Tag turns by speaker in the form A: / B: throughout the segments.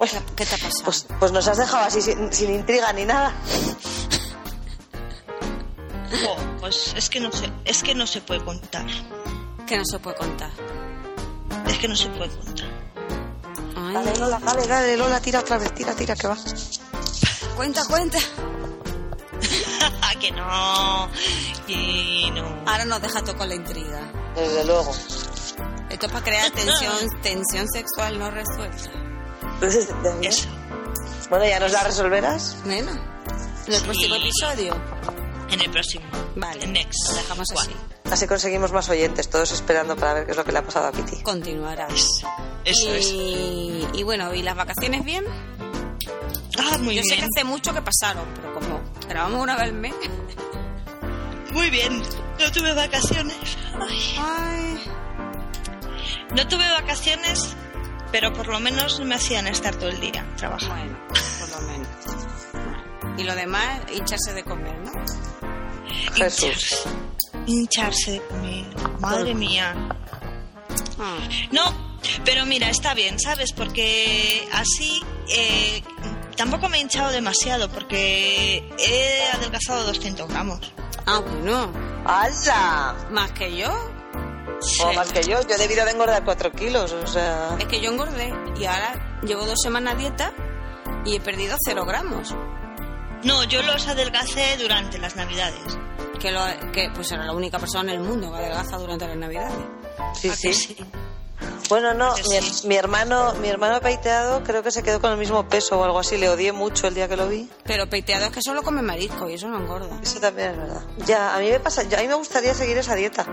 A: ¿Qué te- ¿Qué te ha pasado?
B: Pues, pues nos has dejado así sin, sin intriga ni nada.
C: Jo, pues es que no se, es que no se puede contar,
A: que no se puede contar.
C: es que no se puede contar.
A: Ay,
B: Dale, Lola, dale, dale, Lola, tira otra vez, tira, tira, que va.
A: cuenta, cuenta.
C: Ah, que no, que no.
A: Ahora nos deja todo con la intriga.
B: Desde luego.
A: Esto es para crear tensión, tensión sexual no resuelta.
C: Eso.
B: Pues, Bueno, ya nos la resolverás.
A: Bueno, en el
C: Sí.
A: próximo episodio.
C: En el próximo.
A: Vale,
C: En next.
A: lo dejamos así.
B: Así conseguimos más oyentes, todos esperando para ver qué es lo que le ha pasado a Piti.
A: Continuará.
C: Eso, eso es.
A: y, y bueno, ¿y las vacaciones bien?
C: Ah, muy
A: Yo sé que
C: bien.
A: hace mucho que pasaron, pero como grabamos una vez al mes.
C: Muy bien. No tuve vacaciones. Ay.
A: Ay,
C: No tuve vacaciones, pero por lo menos me hacían estar todo el día
A: Bueno,
C: trabajando.
A: por lo menos. Bueno, Y lo demás, hincharse de comer, ¿no?
B: Jesús.
C: Hincharse de comer. Madre mía.
A: Ah,
C: No, pero mira, está bien, ¿sabes? Porque así eh, tampoco me he hinchado demasiado porque he adelgazado 200 gramos.
A: ah, bueno,
B: ¡Hala!
A: más que yo.
B: O más que yo, yo he debido de engordar cuatro kilos, o sea...
A: Es que yo engordé y ahora llevo dos semanas a dieta y he perdido cero gramos.
C: No, yo los adelgacé durante las navidades.
A: Que, lo, que pues era la única persona en el mundo que adelgaza durante las navidades.
B: Sí,
C: ¿A
B: sí.
C: que
B: Bueno, no,
C: Pues
B: mi,
C: sí.
B: mi hermano, mi hermano peiteado creo que se quedó con el mismo peso o algo así. Le odié mucho el día que lo vi.
A: Pero peiteado es que solo come marisco y eso no engorda.
B: Eso también es verdad. Ya, a mí me pasa, yo- a mí me gustaría seguir esa dieta.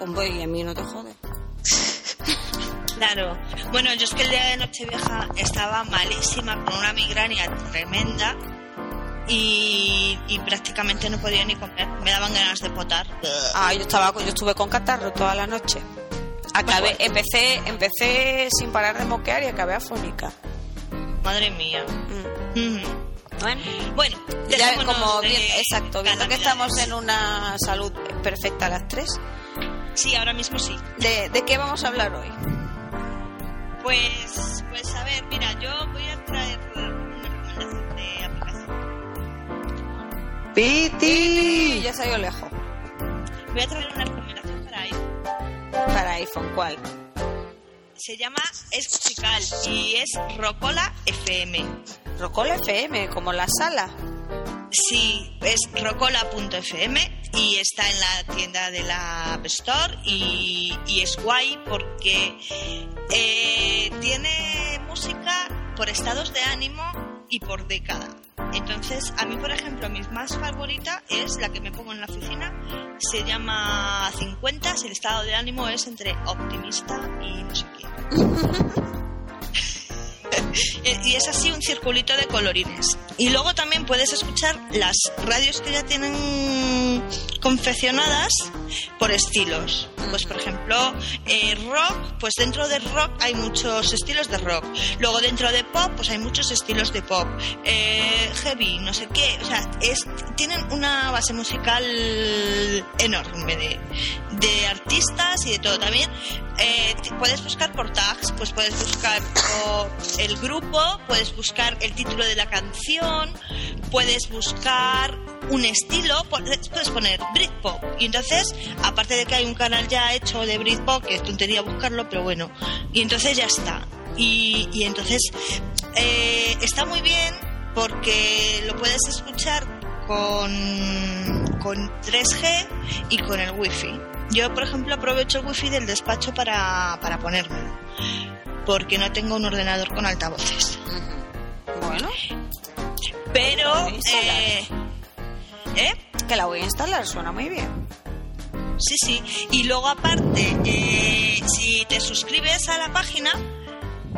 A: Hombre, y a mí no te jode.
C: Claro. Bueno, yo es que el día de Nochevieja estaba malísima con una migraña tremenda y, y prácticamente no podía ni comer. Me daban ganas de potar.
A: Ah, yo estaba, con- yo estuve con catarro toda la noche. Acabé, empecé, empecé sin parar de moquear y acabé afónica.
C: Madre mía.
A: Mm.
C: Mm.
A: Bueno.
C: Bueno,
A: Ya,
C: dejémonos
A: como
C: de
A: bien, exacto, viendo que
C: calamidades.
A: estamos en una salud perfecta las tres.
C: Sí, ahora mismo sí.
A: ¿De, de qué vamos a hablar hoy?
C: Pues, pues a ver, mira, yo voy a traer una recomendación de aplicación.
A: Y
B: ¡Piti!
A: ya se ha ido lejos.
C: Voy a traer una recomendación para iPhone.
A: Para iPhone, ¿cuál?
C: Se llama Es Musical y es Rocola FM.
A: Rocola FM, como la sala.
C: Sí, es rocola.fm y está en la tienda de la App Store y, y es guay porque eh, tiene música por estados de ánimo y por década. Entonces, a mí, por ejemplo, mi más favorita es la que me pongo en la oficina, se llama 50, si el estado de ánimo es entre optimista y no sé qué. Eh, y es así un circulito de colorines. Y luego también puedes escuchar las radios que ya tienen confeccionadas por estilos. Pues por ejemplo, eh, rock, pues dentro de rock hay muchos estilos de rock. Luego dentro de pop, pues hay muchos estilos de pop. Eh, heavy, no sé qué. O sea, es, tienen una base musical enorme de, de artistas y de todo. También eh, t- puedes buscar por tags, pues puedes buscar por el grupo, puedes buscar el título de la canción, puedes buscar un estilo, po- puedes poner Britpop. Y entonces, aparte de que hay un canal ya hecho de Britpop, que es tontería buscarlo, pero bueno. Y entonces ya está. Y, y entonces eh, está muy bien porque lo puedes escuchar con, con 3G y con el wifi. Yo, por ejemplo, aprovecho el wifi del despacho para, para ponérmelo, porque no tengo un ordenador con altavoces.
A: Ujú. Bueno,
C: Pero,
A: ¿La voy a instalar?
C: eh, ¿eh?
A: que la voy a instalar, suena muy bien.
C: Sí, sí. Y luego aparte, eh, si te suscribes a la página,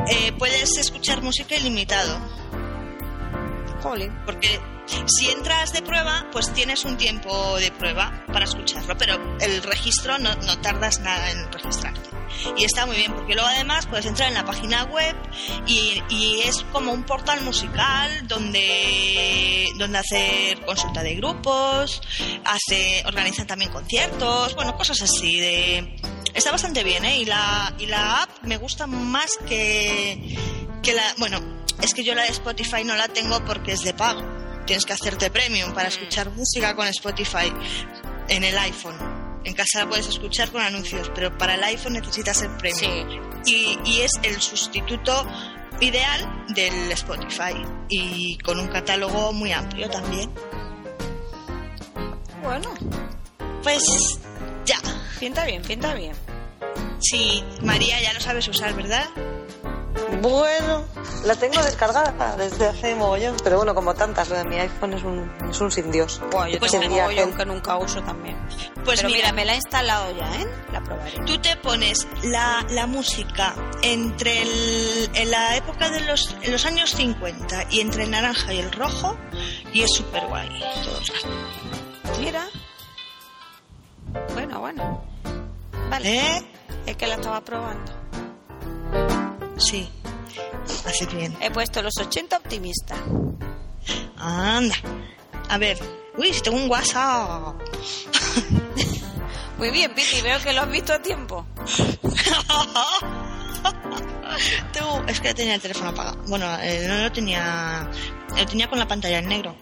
C: eh, puedes escuchar música ilimitado.
A: Jolín.
C: Porque si entras de prueba, pues tienes un tiempo de prueba para escucharlo, pero el registro no, no tardas nada en registrarte. Y está muy bien, porque luego además puedes entrar en la página web y, y es como un portal musical donde, donde hacer consulta de grupos, hace, organizan también conciertos, bueno, cosas así de... Está bastante bien, ¿eh? Y la, y la app me gusta más que, que la... Bueno, es que yo la de Spotify no la tengo porque es de pago. Tienes que hacerte premium para escuchar música con Spotify en el iPhone. En casa la puedes escuchar con anuncios, pero para el iPhone necesitas el premium. Y, y es el sustituto ideal del Spotify y con un catálogo muy amplio también.
A: Bueno,
C: Pues ya.
A: pinta bien, pinta bien.
C: Sí, María ya lo sabes usar, ¿verdad?
B: Bueno, la tengo descargada desde hace mogollón, pero bueno, como tantas, lo de mi iPhone es un, es un sin Dios.
A: Bueno, yo
B: Pues
A: tengo un
B: tendría
A: mogollón
B: que-
A: que nunca uso también.
C: Pues
A: Pero
C: mira,
A: mira, me la he instalado ya, ¿eh? La probaré.
C: tú te pones la, la música entre el- en la época de los, en los años 50 y entre el naranja y el rojo y es súper guay.
A: Mira. Bueno, bueno. Vale.
C: ¿Eh?
A: Es que la estaba probando.
C: Sí, hace bien.
A: He puesto los 80 optimistas.
C: Anda. A ver, uy, si tengo un WhatsApp.
A: Muy bien, Piti, veo que lo has visto a tiempo.
C: Tengo- es que tenía el teléfono apagado. Bueno, eh, no lo tenía. Lo tenía con la pantalla en negro.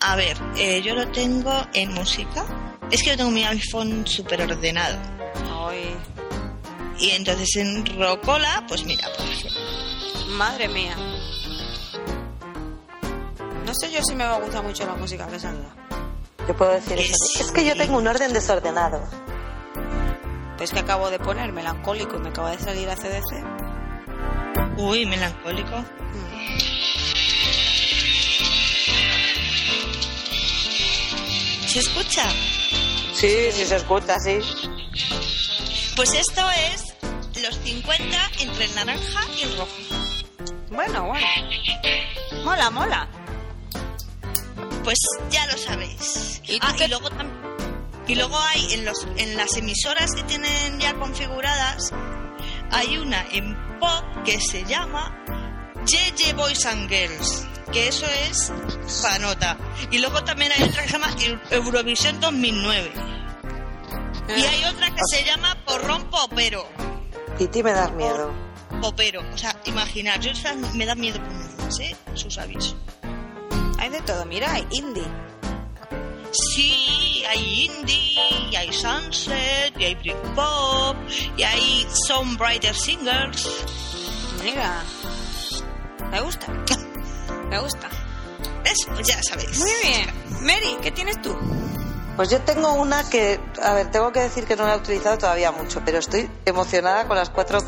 C: A ver, eh, yo lo tengo en música. Es que yo tengo mi iPhone súper ordenado.
A: Ay,
C: Y entonces en Rocola, pues mira, por ejemplo.
A: madre mía. No sé yo si me va a gustar mucho la música que salga.
B: Yo puedo decir
C: Que
B: eso.
C: sí.
B: Es que yo tengo un orden desordenado.
A: Pues que acabo de poner melancólico y me acaba de salir a CDC.
C: Uy, melancólico. ¿Se escucha?
B: Sí, sí se escucha, sí.
C: Pues esto es los 50 entre el naranja y el rojo.
A: Bueno, bueno. Mola, mola.
C: Pues ya lo sabéis.
A: ¿Y tú
C: Ah,
A: qué-
C: y luego tam- y luego hay en los en las emisoras que tienen ya configuradas hay una en pop que se llama JJ Boys and Girls, que eso es panota. Y luego también hay otra que se llama Eu- Eurovisión 2009. Y hay otra que se llama Porrón Popero.
B: Piti me das miedo.
C: Popero. O sea, imaginar, yo esas me da miedo ponerlas, ¿eh? Sus avisos.
A: Hay de todo, mira, hay indie.
C: Sí, hay indie, y hay sunset, y hay Britpop, y hay songwriter singers.
A: Mira. Me gusta. Me gusta.
C: ¿Ves? Pues ya sabéis.
A: Muy bien. Mary, ¿qué tienes tú?
B: Pues yo tengo una que, a ver, tengo que decir que no la he utilizado todavía mucho, pero estoy emocionada con las cuatro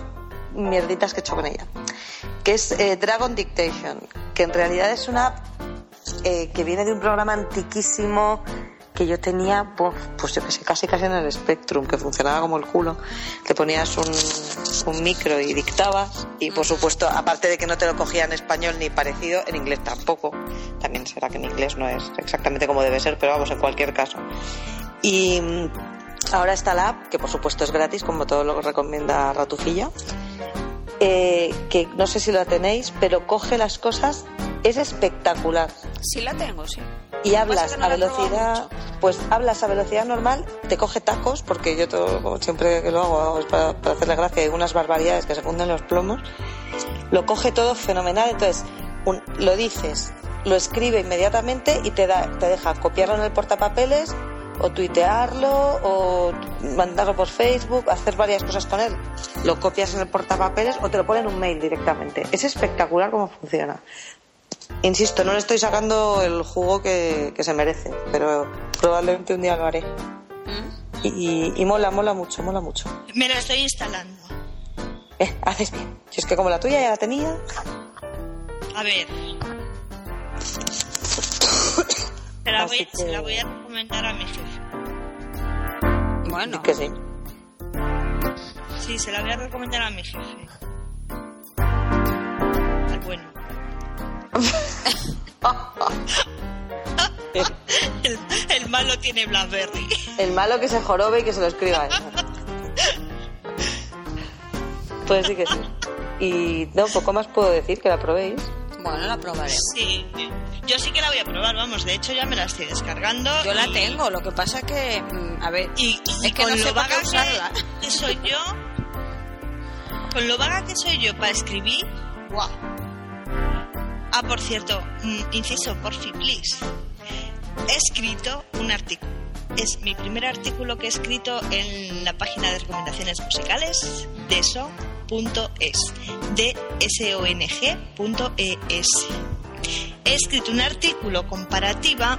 B: mierditas que he hecho con ella. Que es eh, Dragon Dictation, que en realidad es una app eh, que viene de un programa antiquísimo que yo tenía, pues, pues yo que sé, casi casi en el Spectrum, que funcionaba como el culo. Te ponías un, un micro y dictabas, y por supuesto, aparte de que no te lo cogía en español ni parecido, en inglés tampoco. También será que en inglés no es exactamente como debe ser, pero vamos, en cualquier caso. Y mm, ahora está la app, que por supuesto es gratis, como todo lo que recomienda Ratufilla, eh, que no sé si la tenéis, pero coge las cosas, es espectacular
A: Sí la tengo, sí.
B: y
A: Pasa
B: hablas
A: que no
B: a
A: la he probado
B: velocidad, pues hablas a velocidad normal, te coge tacos, porque yo todo, como siempre que lo hago, hago es para, para hacerle gracia y unas barbaridades que se funden los plomos, lo coge todo fenomenal, entonces un- lo dices, lo escribe inmediatamente y te, da, te deja copiarlo en el portapapeles o tuitearlo o mandarlo por Facebook, hacer varias cosas con él. Lo copias en el portapapeles o te lo ponen en un mail directamente. Es espectacular cómo funciona. Insisto, no le estoy sacando el jugo que, que se merece, pero probablemente un día lo haré. Y, y mola, mola mucho, mola mucho.
C: Me lo estoy instalando.
B: Eh, haces bien. Si es que como la tuya ya la tenía,
C: A ver. Se la,
B: Así
C: voy, se
B: que-
C: la voy a recomendar a mi jefe.
A: Bueno,
B: que sí.
C: Sí, se la voy a recomendar a mi jefe. Al bueno. el, el malo tiene Blackberry.
B: El malo que se jorobe y que se lo escriba. él. Pues sí que sí. Y no, poco más puedo decir que la probéis.
A: bueno, la probaré.
C: Sí. Yo sí que la voy a probar, vamos. De hecho, ya me la estoy descargando.
A: Yo la
C: y-
A: tengo, lo que pasa es que, mm, a ver,
C: Y, y
A: es que
C: con
A: no
C: lo
A: sé para
C: vaga
A: qué
C: que-
A: usarla.
C: que soy yo. Con lo vaga que soy yo para escribir. ¡Guau! Ah, por cierto, mm, inciso, por fin, please. He escrito un artículo. Es mi primer artículo que he escrito en la página de recomendaciones musicales de son.es. De song.es. E He escrito un artículo comparativa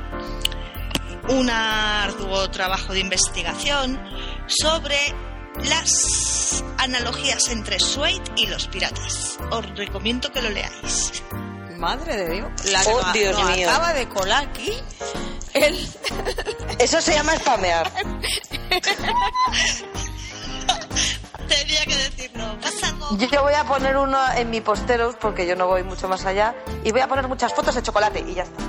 C: un arduo trabajo de investigación sobre las analogías entre Suede y los piratas. Os recomiendo que lo leáis.
A: madre de Dios, la
B: Oh,
A: que
B: Dios
A: nos
B: mío.
A: acaba de colar aquí el,
B: Eso se llama spamear.
C: Tenía que decirlo. Pasa algo.
B: Yo voy a poner uno en mi posteros porque yo no voy mucho más allá. Y voy a poner muchas fotos de chocolate y ya está.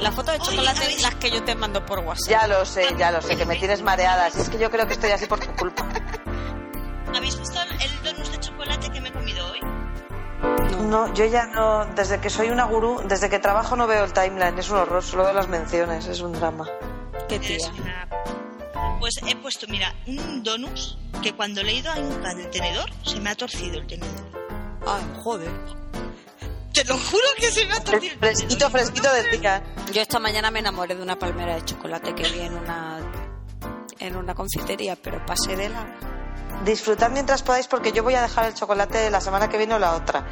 A: la foto de
C: Oye,
A: chocolate,
C: ¿habéis-
A: las que yo te mando por WhatsApp.
B: Ya lo sé, ya lo sé, que me tienes mareada. Si es que yo creo que estoy así por tu culpa.
C: ¿Habéis visto el donus de chocolate que me he comido hoy?
B: No, yo ya no. Desde que soy una gurú, desde que trabajo no veo el timeline. Es un horror, solo veo las menciones. Es un drama.
A: Qué
C: Eres
A: tía.
C: una- Pues he puesto, mira, un donus que cuando le he ido a hincar el tenedor, se me ha torcido el tenedor.
A: Ay, joder.
C: Te lo juro que se me ha torcido el tenedor.
B: Fresquito, fresquito del día.
A: Yo esta mañana me enamoré de una palmera de chocolate que vi en una en una confitería, pero pasé de la
B: Disfrutad mientras podáis porque yo voy a dejar el chocolate la semana que viene o la otra.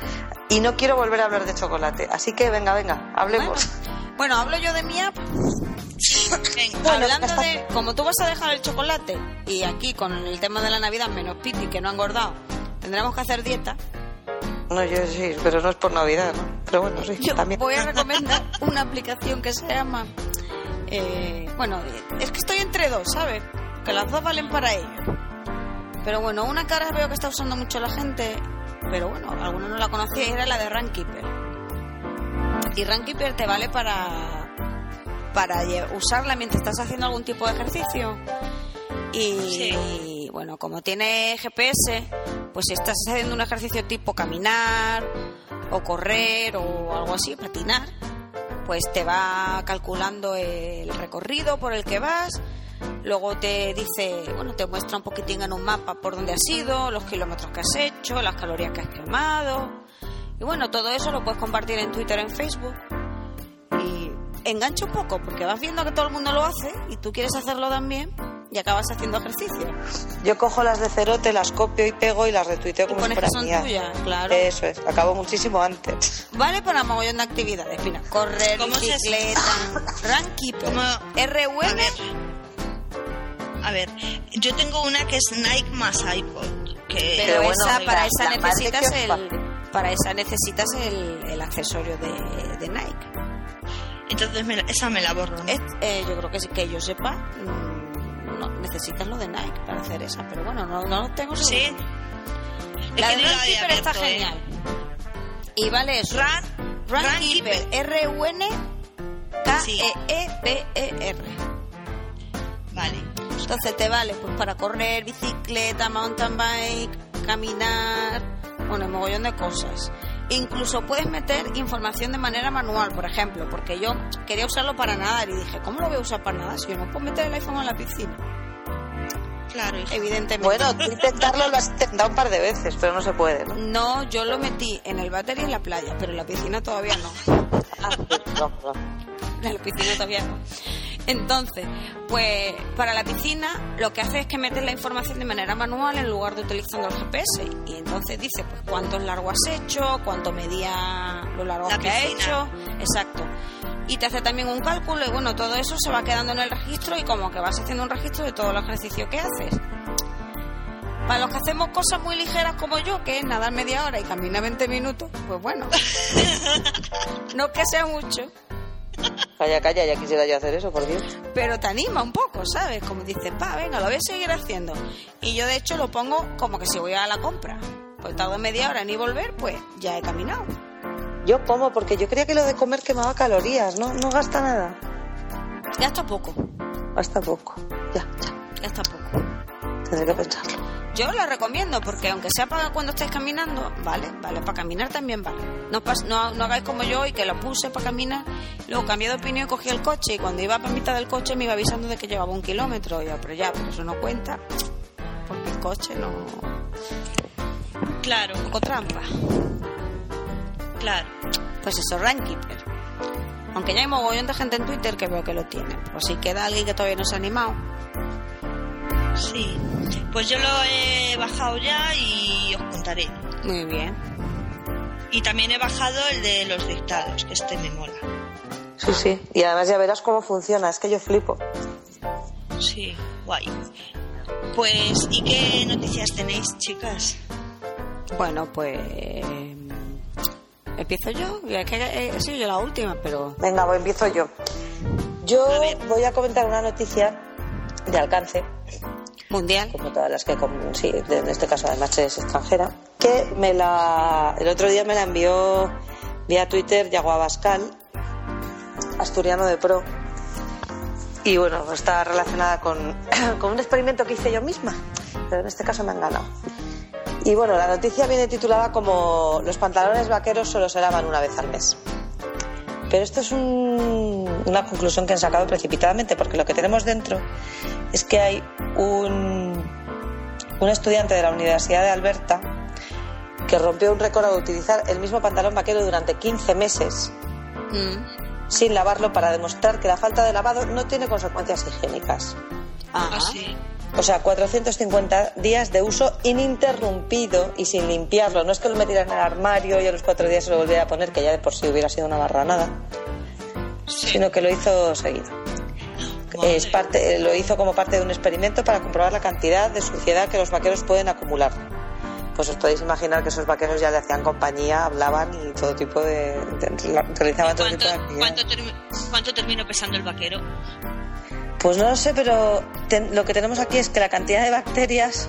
B: Y no quiero volver a hablar de chocolate. Así que venga, venga, hablemos.
A: Bueno, hablo yo de mi app.
C: Venga.
B: Bueno, ya
A: Hablando
B: está.
A: de como tú vas a dejar el chocolate y aquí con el tema de la Navidad menos Piti que no ha engordado, tendremos que hacer dieta.
B: No, yo sí, pero no es por Navidad, ¿no? Pero bueno, sí,
A: Yo
B: también.
A: voy a recomendar una aplicación que se llama. eh, bueno, es que estoy entre dos, ¿sabes? Que las dos valen para ello. Pero bueno, una cara veo que está usando mucho la gente, pero bueno, algunos no la conocía y era la de Rankeeper. Y Rankeeper te vale para para lle- usarla mientras estás haciendo algún tipo de ejercicio. Y bueno, como tiene GPS, pues si estás haciendo un ejercicio tipo caminar o correr o algo así, patinar, pues te va calculando el recorrido por el que vas. Luego te dice, bueno, te muestra un poquitín en un mapa por dónde has ido, los kilómetros que has hecho, las calorías que has quemado. Y bueno, todo eso lo puedes compartir en Twitter, en Facebook y engancha un poco porque vas viendo que todo el mundo lo hace y tú quieres hacerlo también y acabas haciendo ejercicio.
B: Yo cojo las de cerote, las copio y pego y las retuiteo
A: Tú
B: como si
A: pones que
B: fueran
A: son
B: mías.
A: tuyas, claro.
B: Eso es, acabo muchísimo antes.
A: Vale para mogollón de actividades, mira, correr,
C: ¿Cómo se-
A: bicicleta, runkeeper,
C: ¿Cómo? A
A: RUN,
C: ver. A ver, yo tengo una que es Nike más iPod. Que
A: pero
B: bueno,
A: esa,
B: mira,
A: para, esa
B: la madre que
A: necesitas
B: os
A: el,
B: parió.
A: para esa necesitas el, el accesorio de, de Nike.
C: entonces me la- esa me la borro. ¿no?
A: Es- eh, yo creo que sí, que yo sepa, mm, no, necesitas lo de Nike para hacer esa, pero bueno, no, no lo tengo
C: Sí.
A: seguro. La
C: Es
A: de
C: que no la había
A: Runkeeper está
C: abierto, ¿eh?
A: genial. Y vale eso.
C: Run-
A: Runkeeper.
C: Runkeeper. Sí.
A: E R-U-N-K-E-E-P-E-R.
C: Vale.
A: Entonces te vale pues para correr, bicicleta, mountain bike, caminar, bueno, un mogollón de cosas. Incluso puedes meter información de manera manual, por ejemplo, porque yo quería usarlo para nadar y dije, ¿cómo lo voy a usar para nadar si yo no puedo meter el iPhone en la piscina?
C: Claro. hijo.
A: Evidentemente.
B: Bueno, tú intentarlo lo has intentado un par de veces, pero no se puede, ¿no?
A: No, yo lo metí en el váter y en la playa, pero en la piscina todavía no.
B: Ah, perdón, perdón.
A: La piscina todavía no. Entonces, pues para la piscina lo que hace es que metes la información de manera manual en lugar de utilizando el GPS. Y entonces dice, pues cuánto largo has hecho, cuánto medía lo largo
C: La
A: que ha
C: piscina.
A: hecho. Exacto. Y te hace también un cálculo y bueno, todo eso se va quedando en el registro y como que vas haciendo un registro de todo el ejercicio que haces. Para los que hacemos cosas muy ligeras como yo, que es nadar media hora y caminar 20 minutos, pues bueno. no es que sea mucho,
B: Calla, calla, ya quisiera yo hacer eso, por Dios.
A: pero te anima un poco, ¿sabes? Como dices, pa, venga, lo voy a seguir haciendo. Y yo de hecho lo pongo como que si voy a la compra. Pues tardo media hora en ir y volver, pues ya he caminado.
B: Yo como porque yo creía que lo de comer quemaba calorías, ¿no? No gasta nada.
A: Gasta poco,
B: Gasta poco. Ya, ya.
A: gasta poco.
B: Tendré que pensarlo.
A: Yo lo recomiendo porque aunque sea para cuando estés caminando, vale, vale, para caminar también vale. No, pas- no, no hagáis como yo y que lo puse para caminar, luego cambié de opinión y cogí el coche y cuando iba para mitad del coche me iba avisando de que llevaba un kilómetro. Y yo, pero ya, pero eso no cuenta, porque el coche no... Un
C: Claro,
A: poco trampa.
C: claro.
A: pues eso, Rankeeper. Aunque ya hay mogollón de gente en Twitter que veo que lo tiene. O si queda alguien que todavía no se ha animado.
C: Sí. Pues yo lo he bajado ya y os contaré.
A: Muy bien.
C: Y también he bajado el de los dictados, que este me mola.
B: Sí, sí. Y además ya verás cómo funciona. Es que yo flipo.
C: Sí, guay. Pues, ¿y qué noticias tenéis, chicas?
A: Bueno, pues... Empiezo yo. Y Es que eh, he sido yo la última, pero...
B: Venga, voy, empiezo yo. Yo
C: A ver.
B: voy a comentar una noticia de alcance,
A: Mundial.
B: como todas las que, com- sí, de- en este caso además es extranjera, que me la, el otro día me la envió vía Twitter Yago Abascal, asturiano de pro, y bueno, está relacionada con, con un experimento que hice yo misma, pero en este caso me han ganado. Y bueno, la noticia viene titulada como los pantalones vaqueros solo se lavan una vez al mes. Pero esto es un- una conclusión que han sacado precipitadamente, porque lo que tenemos dentro es que hay un, un estudiante de la Universidad de Alberta que rompió un récord al utilizar el mismo pantalón vaquero durante 15 meses
A: Mm.
B: sin lavarlo para demostrar que la falta de lavado no tiene consecuencias higiénicas. Ah,
A: Ajá.
C: Ah,
B: O sea, 450 días de uso ininterrumpido y sin limpiarlo. No es que lo metiera en el armario y a los cuatro días se lo volviera a poner, que ya de por sí hubiera sido una barranada, sino que lo hizo seguido.
C: Madre.
B: Es parte, eh, lo hizo como parte de un experimento para comprobar la cantidad de suciedad que los vaqueros pueden acumular. Pues os podéis imaginar que esos vaqueros ya le hacían compañía, hablaban y todo tipo de... de- realizaban todo tipo
C: ¿Cuánto,
B: de actividades.
C: cuánto termi- cuánto termino pesando el vaquero?
B: Pues no lo sé, pero ten- lo que tenemos aquí es que la cantidad de bacterias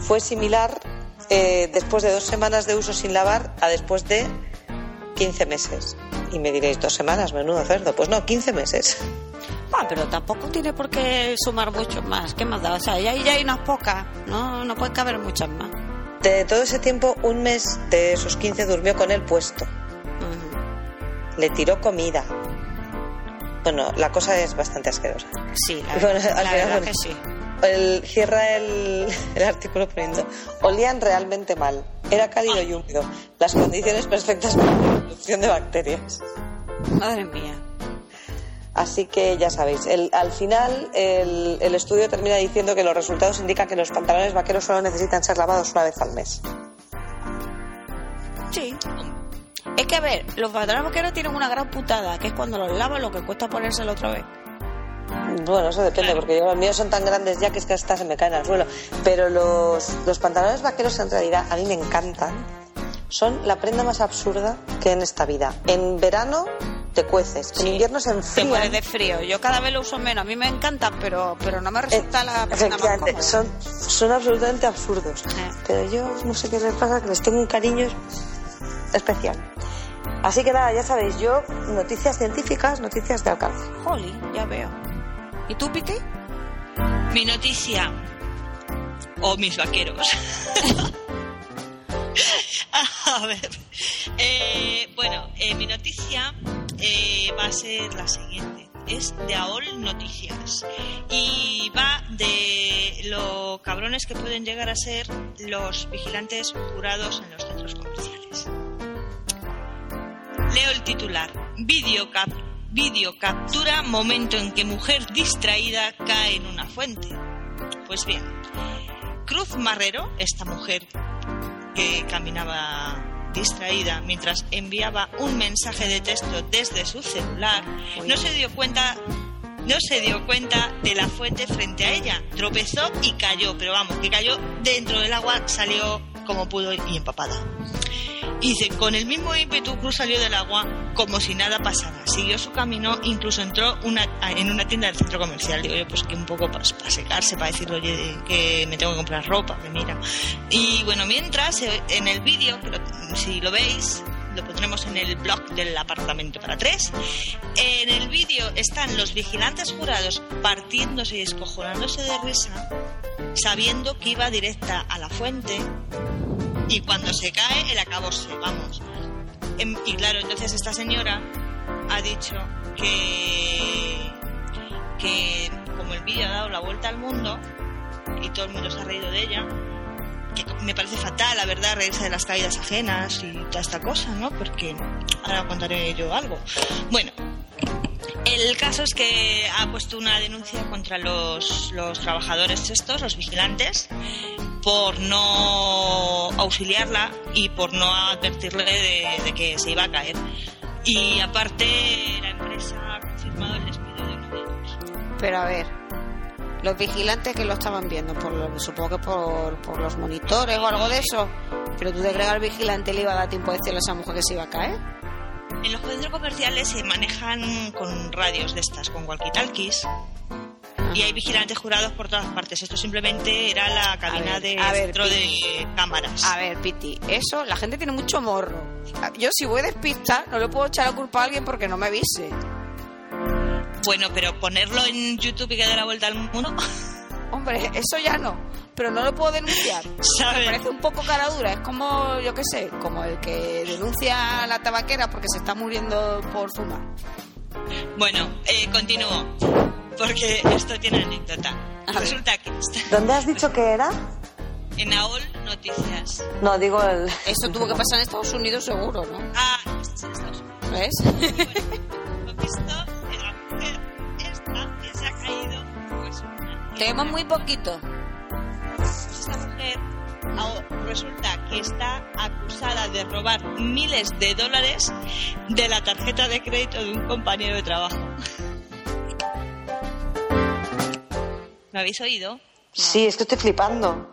B: fue similar eh, después de dos semanas de uso sin lavar a después de 15 meses. Y me diréis, dos semanas, menudo cerdo. Pues no, 15 meses.
A: Ah, pero tampoco tiene por qué sumar mucho más. ¿Qué más da? O sea, ya, ya hay unas pocas. No, no puede caber muchas más.
B: De todo ese tiempo, un mes de esos 15 durmió con el puesto.
A: Mm.
B: Le tiró comida. Bueno, la cosa es bastante asquerosa.
A: Sí, la,
B: Y bueno,
A: verdad-
B: al
A: la
B: final,
A: verdad que
B: bueno.
A: sí.
B: El- cierra el, el artículo poniendo olían realmente mal. Era cálido y húmedo. Las condiciones perfectas para la producción de bacterias.
A: Madre mía.
B: Así que ya sabéis, el- al final el, el estudio termina diciendo que los resultados indican que los pantalones vaqueros solo necesitan ser lavados una vez al mes.
A: Sí. Es que a ver, los pantalones vaqueros tienen una gran putada, que es cuando los lavas lo que cuesta ponérselo otra vez.
B: Bueno, eso depende, porque yo- los míos son tan grandes ya que es que hasta se me caen al suelo. Pero los, los pantalones vaqueros en realidad a mí me encantan. Son la prenda más absurda que hay en esta vida. En verano te cueces, en
A: Sí.
B: invierno se
A: Te mueres
B: enfrían.
A: de frío. Yo cada vez lo uso menos. A mí me encantan, pero, pero no me resulta la persona más
B: Eh, Efectivamente,
A: cómoda.
B: son, son absolutamente absurdos.
A: Ah.
B: Pero yo no sé qué les pasa, que les tengo un cariño es- especial. Así que nada, ya sabéis, yo noticias científicas, noticias de alcance.
A: Jolly, ya veo. ¿Y tú, Piti?
C: Mi noticia. O mis vaqueros. a ver. Eh, bueno, eh, mi noticia eh, va a ser la siguiente. Es de AOL Noticias. Y va de lo cabrones que pueden llegar a ser los vigilantes jurados en los centros comerciales. Leo el titular. Video, cap- video captura momento en que mujer distraída cae en una fuente. Pues bien, Cruz Marrero, esta mujer que caminaba distraída mientras enviaba un mensaje de texto desde su celular, no se dio cuenta no se dio cuenta de la fuente frente a ella. Tropezó y cayó, pero vamos, que cayó dentro del agua, salió como pudo y empapada. Y dice, con el mismo ímpetu Cruz salió del agua como si nada pasara. Siguió su camino, incluso entró una, en una tienda del centro comercial. Digo yo, pues que un poco para, secarse, para decirle, oye, que me tengo que comprar ropa, que mira. Y bueno, mientras eh, en el vídeo, que lo- si lo veis, lo pondremos en el blog del apartamento para tres. En el vídeo están los vigilantes jurados partiéndose y escojonándose de risa, sabiendo que iba directa a la fuente y cuando se cae el acabose, vamos. Em, y claro, entonces esta señora ha dicho que, que como el vídeo ha dado la vuelta al mundo y todo el mundo se ha reído de ella, que me parece fatal, la verdad, reírse de las caídas ajenas y toda esta cosa, ¿no? Porque ahora contaré yo algo. Bueno, el caso es que ha puesto una denuncia contra los, los trabajadores estos, los vigilantes, por no auxiliarla y por no advertirle de, de que se iba a caer. Y aparte, la empresa ha confirmado el despido de uno de ellos.
A: Pero a ver, los vigilantes que lo estaban viendo, por lo- supongo que por, por los monitores o algo de eso. Pero tú te crees que al vigilante le iba a dar tiempo de decirle a esa mujer que se iba a caer.
C: En los centros comerciales se manejan con radios de estas, con walkie-talkies.
A: Ah.
C: Y hay vigilantes jurados por todas partes. Esto simplemente era la cabina
A: ver,
C: de
A: a ver,
C: centro de cámaras.
A: A ver, Piti, eso, la gente tiene mucho morro. Yo si voy despista, no le puedo echar la culpa a alguien porque no me avise.
C: Bueno, pero ponerlo en YouTube y que dé la vuelta al mundo,
A: Hombre, eso ya no. Pero no lo puedo denunciar. Me
C: ¿sabes?
A: parece un poco cara dura. Es como, yo qué sé, como el que denuncia a la tabaquera porque se está muriendo por fumar.
C: Bueno, eh, continúo, porque esto tiene anécdota. Resulta que está
B: ¿Dónde has dicho que era?
C: en AOL Noticias.
B: No, digo el...
A: Eso tuvo que pasar en Estados Unidos seguro, ¿no?
C: Ah, esto es Estados Unidos.
A: ¿Ves?
C: Bueno, lo visto, la mujer esta que se ha caído, pues... una-
A: Tenemos muy poquito.
C: Pues esta mujer ahora resulta que está acusada de robar miles de dólares de la tarjeta de crédito de un compañero de trabajo. ¿Me habéis oído?
B: Sí, es que estoy flipando.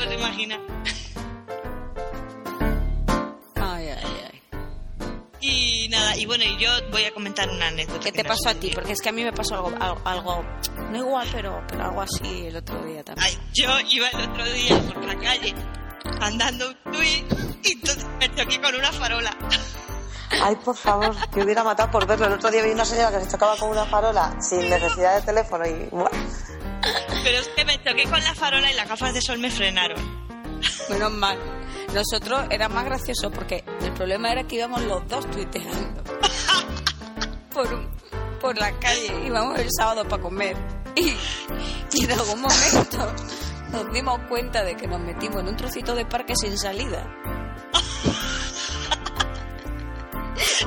C: No te imaginas.
D: Ay, ay, ay.
C: Y nada, y bueno, y yo voy a comentar una anécdota.
A: ¿Qué
C: que
A: te
C: no
A: pasó
C: sé.
A: a ti? Porque es que a mí me pasó algo, al- algo no igual, pero, pero algo así el otro día también.
C: Ay, yo iba el otro día por la calle andando un tuit y entonces me choqué con una farola.
B: Ay, por favor, que hubiera matado por verlo. El otro día vi una señora que se chocaba con una farola sin necesidad de teléfono y... ¡buah!
C: Pero es que me choqué con la farola y las gafas de sol me frenaron.
A: Menos mal. Nosotros era más gracioso porque el problema era que íbamos los dos tuiteando. Por, un- por la calle. Íbamos el sábado para comer. Y, y en algún momento nos dimos cuenta de que nos metimos en un trocito de parque sin salida.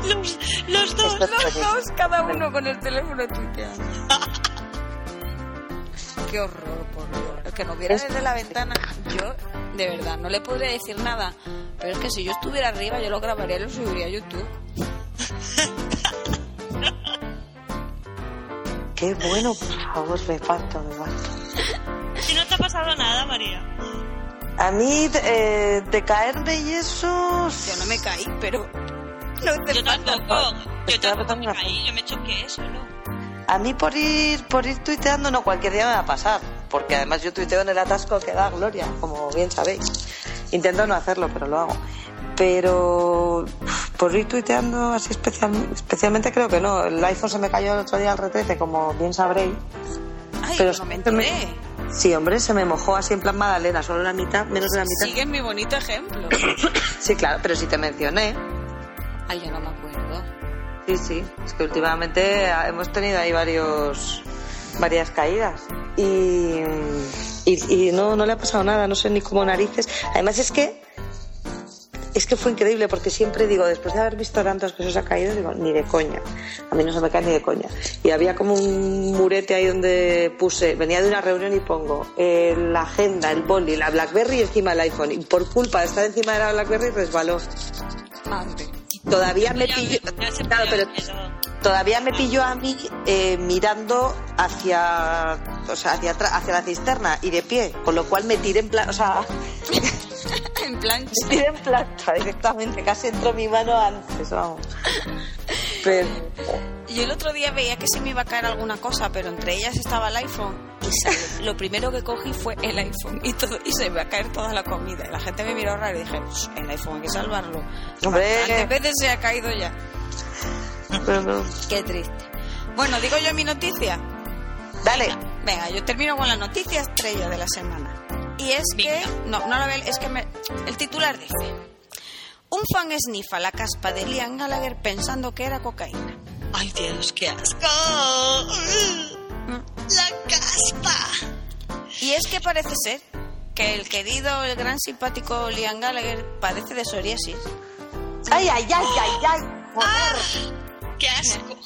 C: Los, los dos,
B: Esto es
A: Los
B: terrible.
A: dos, cada uno con el teléfono tuiteando. Qué horror, por Dios. El que nos viera desde la ventana, yo, de verdad, no le podría decir nada. Pero es que si yo estuviera arriba, yo lo grabaría y lo subiría a YouTube.
B: ¡Qué bueno, por favor! Me falta, me falta.
C: Si no te ha pasado nada, María.
B: A mí, eh, de caer de yesos...
A: Yo no me caí, pero... No te
C: Yo
A: pasa
C: tampoco. Yo
B: Estaba
C: tampoco me
B: tan
C: caí, yo me choqué solo.
B: A mí por ir, por ir tuiteando, no, cualquier día me va a pasar. Porque además yo tuiteo en el atasco que da Gloria, como bien sabéis. Intento no hacerlo, pero lo hago. Pero uf, por ir tuiteando así especial- especialmente creo que no. El iPhone se me cayó el otro día al retrete, como bien sabréis.
A: Ay,
B: Pero
A: no me
B: se me-
A: enteré.
B: Sí, hombre, se me mojó así en plan Madalena, solo la mitad, menos de la mitad.
A: Sigue mi bonito ejemplo.
B: Sí, claro, pero si te mencioné.
A: Ay, yo no me acuerdo.
B: Sí, sí, es que últimamente ah, hemos tenido ahí varios, varias caídas y, y, y no, no le ha pasado nada, no sé ni cómo narices. Además es que es que fue increíble porque siempre digo, después de haber visto tantas que se os ha caído, digo, ni de coña. A mí no se me cae ni de coña. Y había como un murete ahí donde puse, venía de una reunión y pongo eh, la agenda, el boli, la Blackberry encima del iPhone. Y por culpa de estar encima de la Blackberry resbaló.
E: Madre.
B: Todavía me
C: Ya,
B: pilló.
C: ya se
B: Claro,
C: podía
B: pero
C: haber quedado.
B: todavía me pilló a mí eh, mirando hacia o sea, hacia atrás- hacia la cisterna y de pie, con lo cual me tiré en plan, o sea,
E: En plan,
B: me tiré en planta directamente, casi entró mi mano antes, vamos. Pero
A: Yo el otro día veía que se me iba a caer alguna cosa, pero entre ellas estaba el iPhone. Y salió. lo primero que cogí fue el iPhone y todo y se me iba a caer toda la comida. Y la gente me miró raro y dije, "Pues, el iPhone hay que salvarlo.
B: hombre,
A: Antes veces se ha caído ya.
B: pero no.
A: Qué triste. Bueno, digo yo mi noticia.
B: dale.
A: Venga, yo termino con la noticia estrella de la semana. Y es que. No, no la veo, es que me- el titular dice: Un fan esnifa la caspa de Liam Gallagher pensando que era cocaína.
C: Ay, Dios, qué asco.
A: Mm.
C: La caspa.
A: Y es que parece ser que el querido, el gran simpático Liam Gallagher padece de psoriasis.
B: Ay, ay, ay, ay, ay.
C: Qué asco.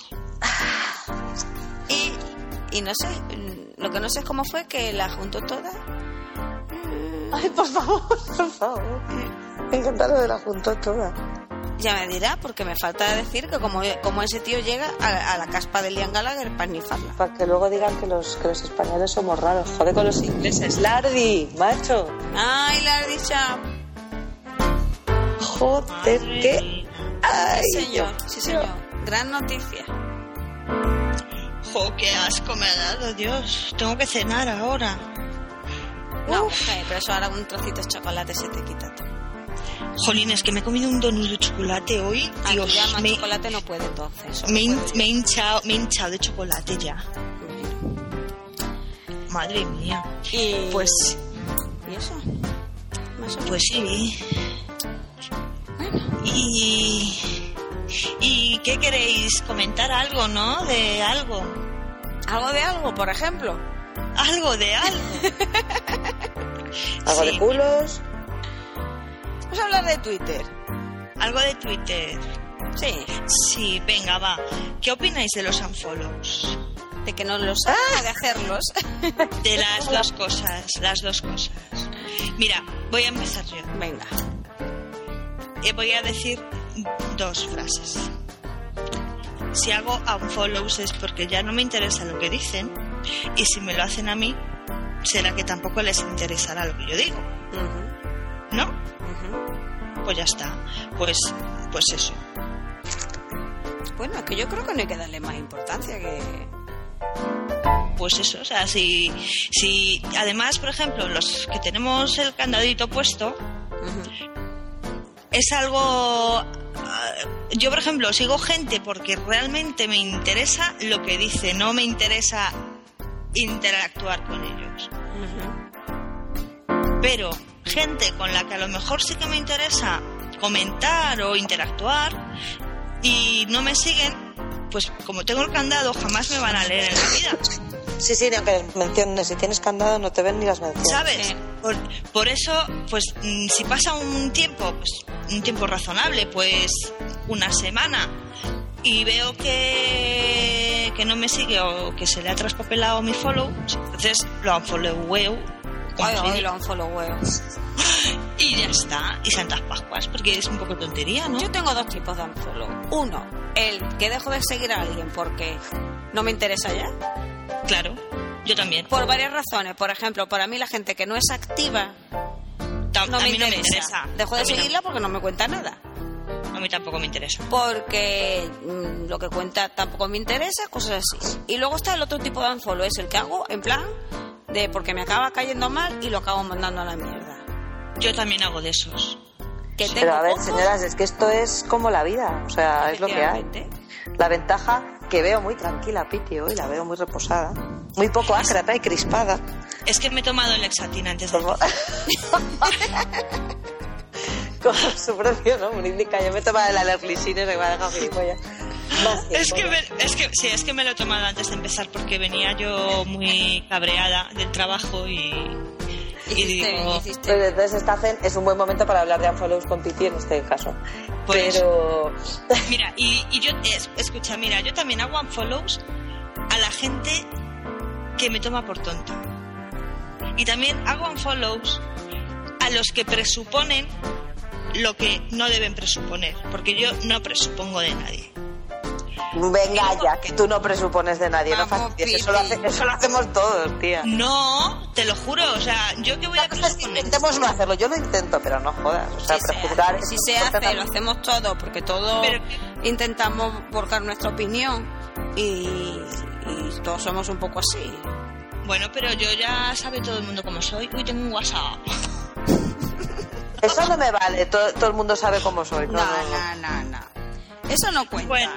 A: Y, y no sé, mm, lo que no sé es cómo fue que la juntó toda.
B: Ay, por favor, por favor. Me encanta lo de la junta toda.
A: Ya me dirá, porque me falta decir que como, como ese tío llega a, a la caspa de Liam Gallagher para esnifarla.
B: Para que luego digan que los, que los españoles somos raros. Joder con los ingleses. Lardi, macho.
A: ¡Ay, la dicha!
B: Joder, qué. Ay,
A: Sí, señor, sí, señor. Gran noticia.
C: Jo, qué asco me ha dado, Dios. Tengo que cenar ahora.
A: No, mujer, pero eso ahora un trocito de chocolate se te quita todo.
C: Jolín, es que me he comido un donut de chocolate hoy.
A: Aquí
C: Dios,
A: ya más
C: me,
A: chocolate no puede entonces. solo
C: me hin-
A: puede-
C: me he hinchado, me he hinchado de chocolate ya. Madre mía.
A: Y-
C: Pues,
A: ¿Y eso? Más o menos.
C: pues sí. Y, ¿Y qué queréis? ¿Comentar algo, no? De algo.
A: ¿Algo de algo, por ejemplo?
C: Algo de algo.
B: Algo
C: Sí.
B: de culos.
A: Vamos a hablar de Twitter.
C: Algo de Twitter.
A: Sí,
C: Sí, venga, va. ¿Qué opináis de los unfollows?
A: de que no los
C: Ah.
A: haga de hacerlos.
C: De las dos cosas, las dos cosas. Mira, voy a empezar yo.
A: Venga.
C: Eh, voy a decir dos frases. Si hago unfollows es porque ya no me interesa lo que dicen y si me lo hacen a mí, será que tampoco les interesará lo que yo digo,
A: Ujú,
C: ¿no?
A: ujú.
C: Pues ya está. Pues, pues eso.
A: Bueno, es que yo creo que no hay que darle más importancia que...
C: Pues eso, o sea, si, si además, por ejemplo, los que tenemos el candadito puesto,
A: Ujú.
C: es algo... ah, Yo, por ejemplo, sigo gente porque realmente me interesa lo que dice, no me interesa interactuar con ellos. Pero gente con la que a lo mejor sí que me interesa comentar o interactuar y no me siguen, pues como tengo el candado, jamás me van a leer en la vida.
B: Sí, sí, ni aunque les menciones. Si tienes candado, no te ven ni las
A: Pues
B: menciones.
C: ¿Sabes? Por, por eso, pues mm, si pasa un tiempo, pues un tiempo razonable, pues una semana, y veo que, que no me sigue o que se le ha traspapelado mi follow, entonces lo unfolloweo
A: Ay, ay, lo han followado.
C: y ya está. Y Santas Pascuas, porque es un poco tontería, ¿no?
A: Yo tengo dos tipos de unfollow. Uno, el que dejo de seguir a alguien porque no me interesa ya.
C: Claro, yo también.
A: Por varias razones. Por ejemplo, para mí la gente que no es activa
C: Ta-
A: no
C: a
A: me,
C: mí
A: interesa.
C: no me interesa.
A: Dejo
C: A
A: de
C: mí no-
A: seguirla porque no me cuenta nada.
C: a mí tampoco me interesa.
A: Porque mm, lo que cuenta tampoco me interesa, cosas así. Y luego está el otro tipo de unfollow, es el que hago en plan de porque me acaba cayendo mal y lo acabo mandando a la mierda.
C: Yo también hago de esos.
A: Que tengo
B: Pero a ver,
A: poco,
B: señoras, es que esto es como la vida. O sea, es lo que hay.
A: efectivamente.
B: La ventaja que veo muy tranquila, Piti, hoy la veo muy reposada. Muy poco ácrata y crispada.
C: Es que me he tomado el exatina antes de
B: Como... Con su propio nombre indica, yo me he tomado el alerglicine y me ha dejado gilipollas. Más
C: Es que,
B: gilipollas.
C: me- es que sí, es que me lo he tomado antes de empezar porque venía yo muy cabreada del trabajo y, Y digo,
E: hiciste.
B: Pero entonces esta zen es un buen momento para hablar de Unfollows con Piti en este caso.
C: Por
A: Pues
B: Pero
C: mira, y, y yo, es- escucha, mira, yo también hago follows a la gente que me toma por tonta. Y también hago follows a los que presuponen lo que no deben presuponer, porque yo no presupongo de nadie.
B: venga ya, que tú no presupones de nadie, no
E: Vamos,
B: fastidies, eso lo,
E: Piti.
B: hace- eso lo hacemos todos, tía.
C: No, te lo juro, o sea, yo que voy a
B: La cosa es que
C: presuponer.
B: intentemos no hacerlo, yo lo intento, pero no jodas, o sea,
E: Si se
B: prejuzgar
E: hace,
B: es
E: si se
B: cosa
E: hace,
B: tan-
E: lo hacemos todo, porque todos
C: Pero-
E: intentamos volcar nuestra opinión y, y todos somos un poco así.
C: Bueno, pero yo ya sabe todo el mundo cómo soy. Uy, tengo un WhatsApp.
B: Eso no me vale, to- todo, el mundo sabe cómo soy. no,
E: No,
B: no, no.
E: no, no, no. Eso no cuenta.
C: Bueno,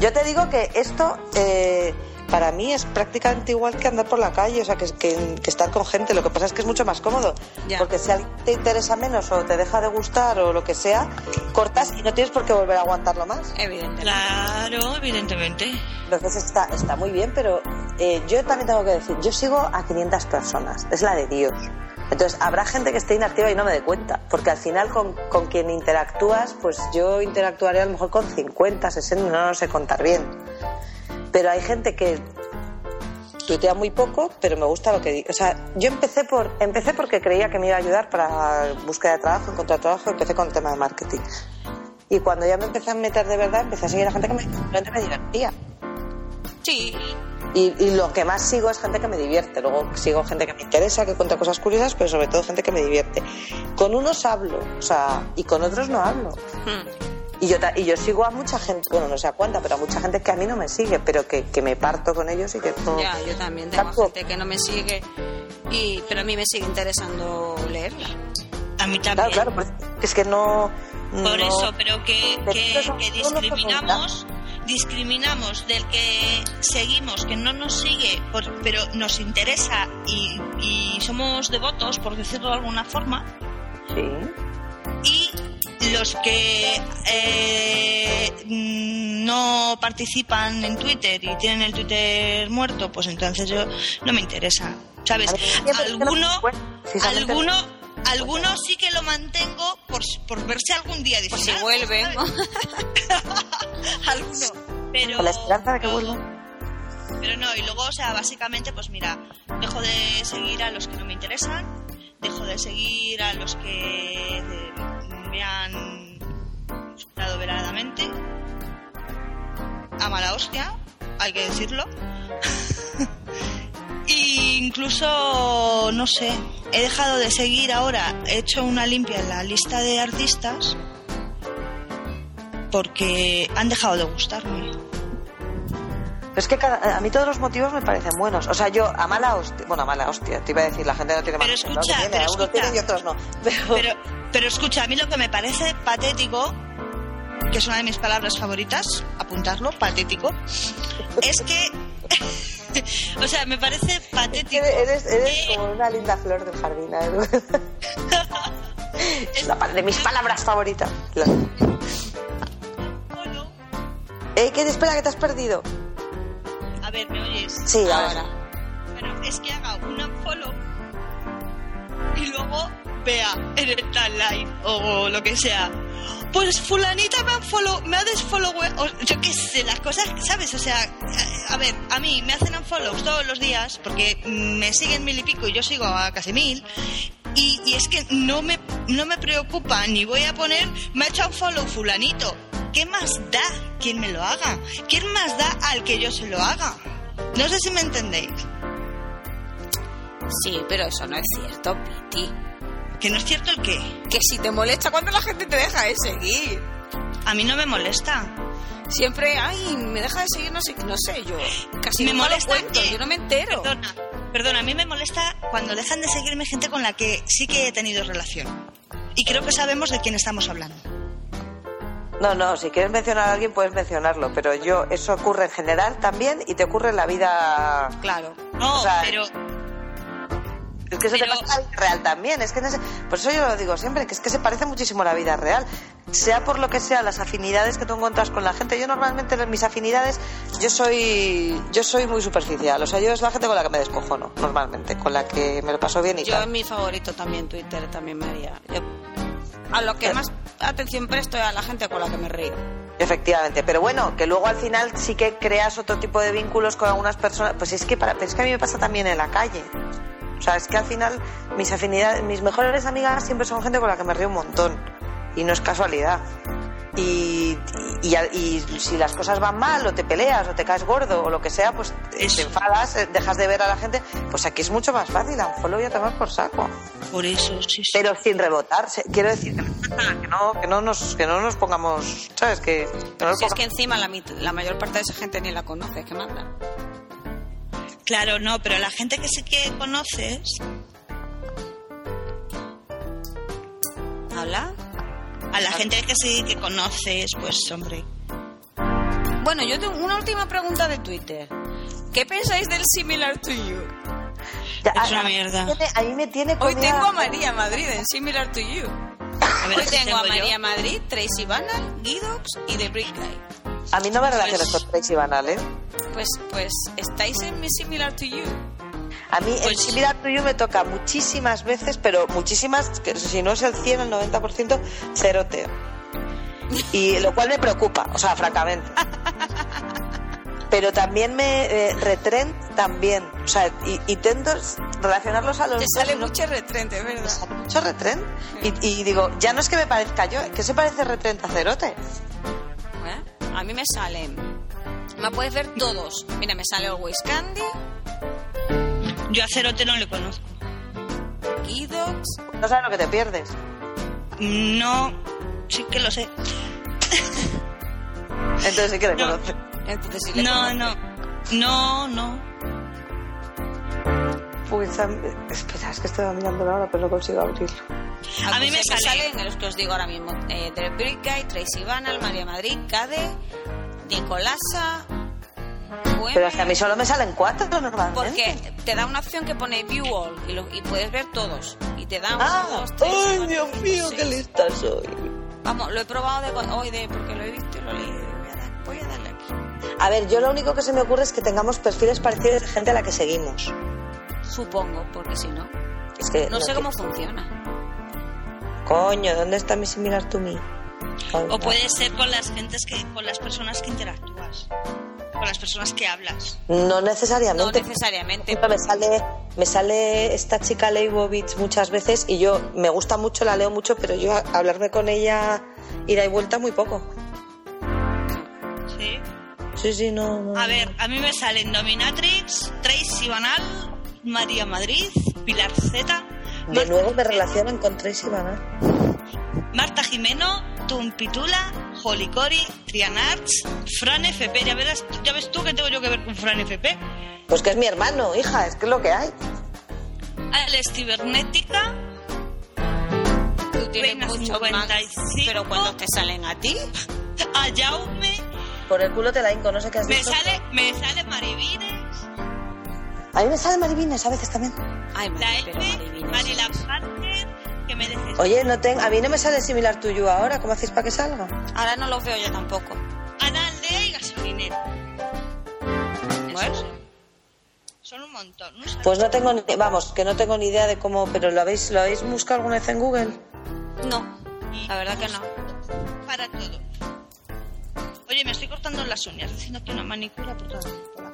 B: Yo te digo que esto eh, para mí es prácticamente igual que andar por la calle, o sea, que, que- que estar con gente. Lo que pasa es que es mucho más cómodo,
E: Ya.
B: porque si alguien te interesa menos o te deja de gustar o lo que sea, cortas y no tienes por qué volver a aguantarlo más.
E: Evidentemente.
C: claro, evidentemente.
B: Entonces está, está muy bien, pero eh, yo también tengo que decir, yo sigo a 500 personas, es la de Dios. Entonces habrá gente que esté inactiva y no me dé cuenta, porque al final con, con quien interactúas, pues yo interactuaré a lo mejor con 50, 60, no, lo sé contar bien. Pero hay gente que tuitea muy poco, pero me gusta lo que dice. O sea, yo empecé, por, empecé porque creía que me iba a ayudar para búsqueda de trabajo, encontrar trabajo, empecé con el tema de marketing. Y cuando ya me empecé a meter de verdad, empecé a seguir a gente que me, realmente me divertía.
E: Sí,
B: Y, y lo que más sigo es gente que me divierte. Luego sigo gente que me interesa, que cuenta cosas curiosas, pero sobre todo gente que me divierte. Con unos hablo, o sea, y con otros no hablo.
E: Hmm.
B: Y yo, ta- y yo sigo a mucha gente, bueno, no sé a cuánta, pero a mucha gente que a mí no me sigue, pero que, que me parto con ellos y que no-
E: ya, yo también tengo
B: Tampoco.
E: gente que no me sigue, y, pero a mí me sigue interesando leerla.
C: A mí también.
B: Claro, claro, por- es que no...
C: Por
B: no-
C: eso, pero que,
B: Pero
C: que-
B: esto es un-
C: que
B: no nos
C: discriminamos, discriminamos del que seguimos, que no nos sigue, por- pero nos interesa y, y somos devotos, por decirlo de alguna forma,
B: Sí.
C: y los que eh, mm, no participan en Twitter y tienen el Twitter muerto, pues entonces yo no me interesa, ¿sabes?
B: A mí siempre es que no me
C: Pues Alguno,
B: encuentro, precisamente.
C: alguno, alguno sí que lo mantengo por, por verse algún día.
B: Pues
E: Por
C: difícil
E: si vuelve.
C: alguno. Pero,
B: Con la esperanza de que vuelva.
C: Pero no, y luego, o sea, básicamente, pues mira, dejo de seguir a los que no me interesan, dejo de seguir a los que de- me han dado veladamente, a mala hostia, hay que decirlo. Y incluso, no sé, he dejado de seguir ahora, he hecho una limpia en la lista de artistas porque han dejado de gustarme.
B: Pero es que cada- a mí todos los motivos me parecen buenos. O sea, yo a mala hostia, bueno, a mala hostia, te iba a decir, la gente no tiene mala
C: Pero
B: hostia, ¿no?
C: escucha,
B: Que tiene,
C: pero
B: algunos
C: escucha.
B: tienen y otros no.
C: Pero, pero escucha, a mí lo que me parece patético, que es una de mis palabras favoritas, apuntarlo, patético, es que. o sea, me parece patético.
B: Eres, eres
C: que-
B: como una linda flor del jardín. ¿eh? Es la pa- de mis palabras favoritas. La-
C: Bueno,
B: Eh, que espera que te has perdido.
C: A ver, ¿me oyes?
B: Sí, ahora.
E: Ahora,
C: Bueno, es que haga un unfollow y luego vea en el timeline o lo que sea. Pues fulanita me, unfollow, me ha desfollowado, o yo qué sé, las cosas, ¿sabes? O sea, a- a ver, a mí me hacen unfollows todos los días porque me siguen mil y pico y yo sigo a casi mil y, y es que no me, no me preocupa ni voy a poner me ha hecho unfollow fulanito. ¿Qué más da quien me lo haga? ¿Quién más da al que yo se lo haga? No sé si me entendéis.
E: sí, pero eso no es cierto, Piti.
C: Que no es cierto el qué.
E: Que si te molesta, ¿cuándo la gente te deja de seguir?
C: A mí no me molesta.
E: Siempre, ay, me deja de seguir, no sé, no sé yo. Casi
C: Me
E: me lo
C: molesta
E: cuento,
C: que-
E: yo no me entero.
C: Perdona. Perdona, a mí me molesta cuando dejan de seguirme gente con la que sí que he tenido relación. Y creo que sabemos de quién estamos hablando.
B: No, no, si quieres mencionar a alguien puedes mencionarlo, pero yo, eso ocurre en general también y te ocurre en la vida.
E: Claro.
C: No,
B: O sea,
C: pero
B: Es que eso
C: Pero-
B: te pasa en la vida real también. Es que en ese- Por eso yo lo digo siempre, que es que se parece muchísimo a la vida real. sea por lo que sea las afinidades que tú encuentras con la gente yo normalmente en mis afinidades yo soy yo soy muy superficial o sea yo es la gente con la que me descojono normalmente con la que me lo paso bien y
A: Yo
B: tal
A: mi favorito también Twitter también me haría. Yo- a lo que más atención presto es a la gente con la que me río.
B: efectivamente pero bueno que luego al final sí que creas otro tipo de vínculos con algunas personas pues es que para pero es que a mí me pasa también en la calle o sea es que al final mis afinidades mis mejores amigas siempre son gente con la que me río un montón y no es casualidad y, y, y si las cosas van mal o te peleas o te caes gordo o lo que sea, pues eh,
C: Eso.
B: te enfadas, eh, dejas de ver a la gente, pues aquí es mucho más fácil, a un follow y a tomar por saco.
C: Por eso, sí, sí.
B: Pero sin rebotarse, quiero decir que no, que no nos, que no nos pongamos, ¿sabes? Que, que no nos
A: Si es
B: pongamos-
A: que encima la, mit- la mayor parte de esa gente ni la conoces, que manda.
C: Claro, no, pero la gente que sí que conoces,
A: ¿Habla?
C: a la gente que sí que conoces, pues hombre.
A: Bueno, yo tengo una última pregunta de Twitter. ¿Qué pensáis del similar to you?
B: Ya,
C: es
B: a-
C: una
B: a mí
C: mierda.
B: me tiene- a mí me tiene
A: Hoy
B: comida-
A: tengo a María Madrid en similar to you.
C: A ver,
A: Hoy
C: ¿qué
A: tengo a
C: yo?
A: María Madrid, Tracy Banal, Guidox y The Brick Guy.
B: A mí no me relaciones
C: Pues-
B: con Tracy Banal, ¿eh?
A: Pues, pues, estáis en mi similar to you.
B: A mí el
C: Pues-
B: similar tuyo me toca muchísimas veces, pero muchísimas, que si no es el 100, el 90%, ceroteo. Y lo cual me preocupa, o sea, francamente. Pero también me eh, retren también, o sea, y- intento relacionarlos a los
C: Pues,
A: Te
B: dos
A: sale
B: y no-
A: mucho retrente,
B: me
A: ¿verdad?
B: sale mucho retren. Y, y digo, ya no es que me parezca yo, es que se parece retren a cerote.
A: ¿Eh? A mí me salen. Me puedes ver todos. Mira, me sale Always Candy,
C: Yo a Cerote no le conozco.
A: Guidox.
B: No sabes lo que te pierdes.
C: No, sí que lo sé.
B: Entonces sí que te
C: No.
B: conoces.
A: Entonces, sí le
C: No,
A: conozco.
C: no. No, no.
B: Pues, am- espera, es que estoy mirando ahora, pero no consigo abrirlo.
C: A mí me
A: se
C: sale-
A: salen los que os digo ahora mismo: eh, The Brick Guy, Tracy Banal, María Madrid, Cade, Nicolasa. Güemes,
B: Pero hasta a mí solo me salen cuatro normalmente.
A: Porque te da una opción que pone View All y, lo- y puedes ver todos. Y te da uno,
B: Ah,
A: dos, tres,
B: ¡Ay,
A: cuatro,
B: Dios
A: cinco,
B: mío,
A: seis.
B: qué lista soy!
A: Vamos, lo he probado de, cu- hoy de, porque lo he visto y lo he leído. y Voy a, dar- voy a darle aquí.
B: A ver, yo lo único que se me ocurre es que tengamos perfiles parecidos de gente a la que seguimos.
A: Supongo, porque si no.
B: Es Eh, que
A: No sé
B: te-
A: cómo funciona.
B: Coño, ¿dónde está mi similar to me?
C: O puede ser con las gentes que, con las personas que interactúas, con las personas que hablas.
B: No
A: No
B: necesariamente.
A: necesariamente.
B: Siempre me sale, me sale esta chica Leibovitz muchas veces y yo me gusta mucho, la leo mucho, pero yo a- hablarme con ella ida y vuelta muy poco.
C: Sí.
B: Sí, sí, no. no.
C: A ver, a mí me salen Dominatrix, Tracy Banal, María Madrid, Pilar Z,
B: De nuevo me relacionan con Tracy Banal.
C: Marta Jimeno, Tumpitula, Holly Cori, Trianarts, Fran FP. Ya, verás, ya ves tú que tengo yo que ver con Fran FP.
B: Pues que es mi hermano, hija, es que es lo que hay.
C: Alex Cibernética,
A: Tú tienes
C: Venga,
A: muchos más.
C: 55.
A: Pero cuando te salen a ti,
C: a Jaume,
B: Por el culo te la inco, no sé qué has
C: me
B: visto.
C: sale, me sale Marivines,
B: A mí me sale Marivines a veces también.
A: ay,
C: la
A: madre, pero
C: F,
A: adivina.
C: Marila Parker, que me dejes.
B: Oye, no ten- a mí no me sale similar tuyo ahora, ¿cómo hacéis para que salga?
A: Ahora no los veo yo tampoco.
C: Ana Aldea y Gasolinera.
A: Bueno.
C: Eso sí. Son un montón. ¿no?
B: Pues no tengo ni, vamos, que no tengo ni idea de cómo, pero lo habéis, lo habéis buscado alguna vez en Google.
A: No, la verdad que no.
C: para todo. Oye, me estoy cortando las uñas, haciendo aquí una manicura por toda la- por la-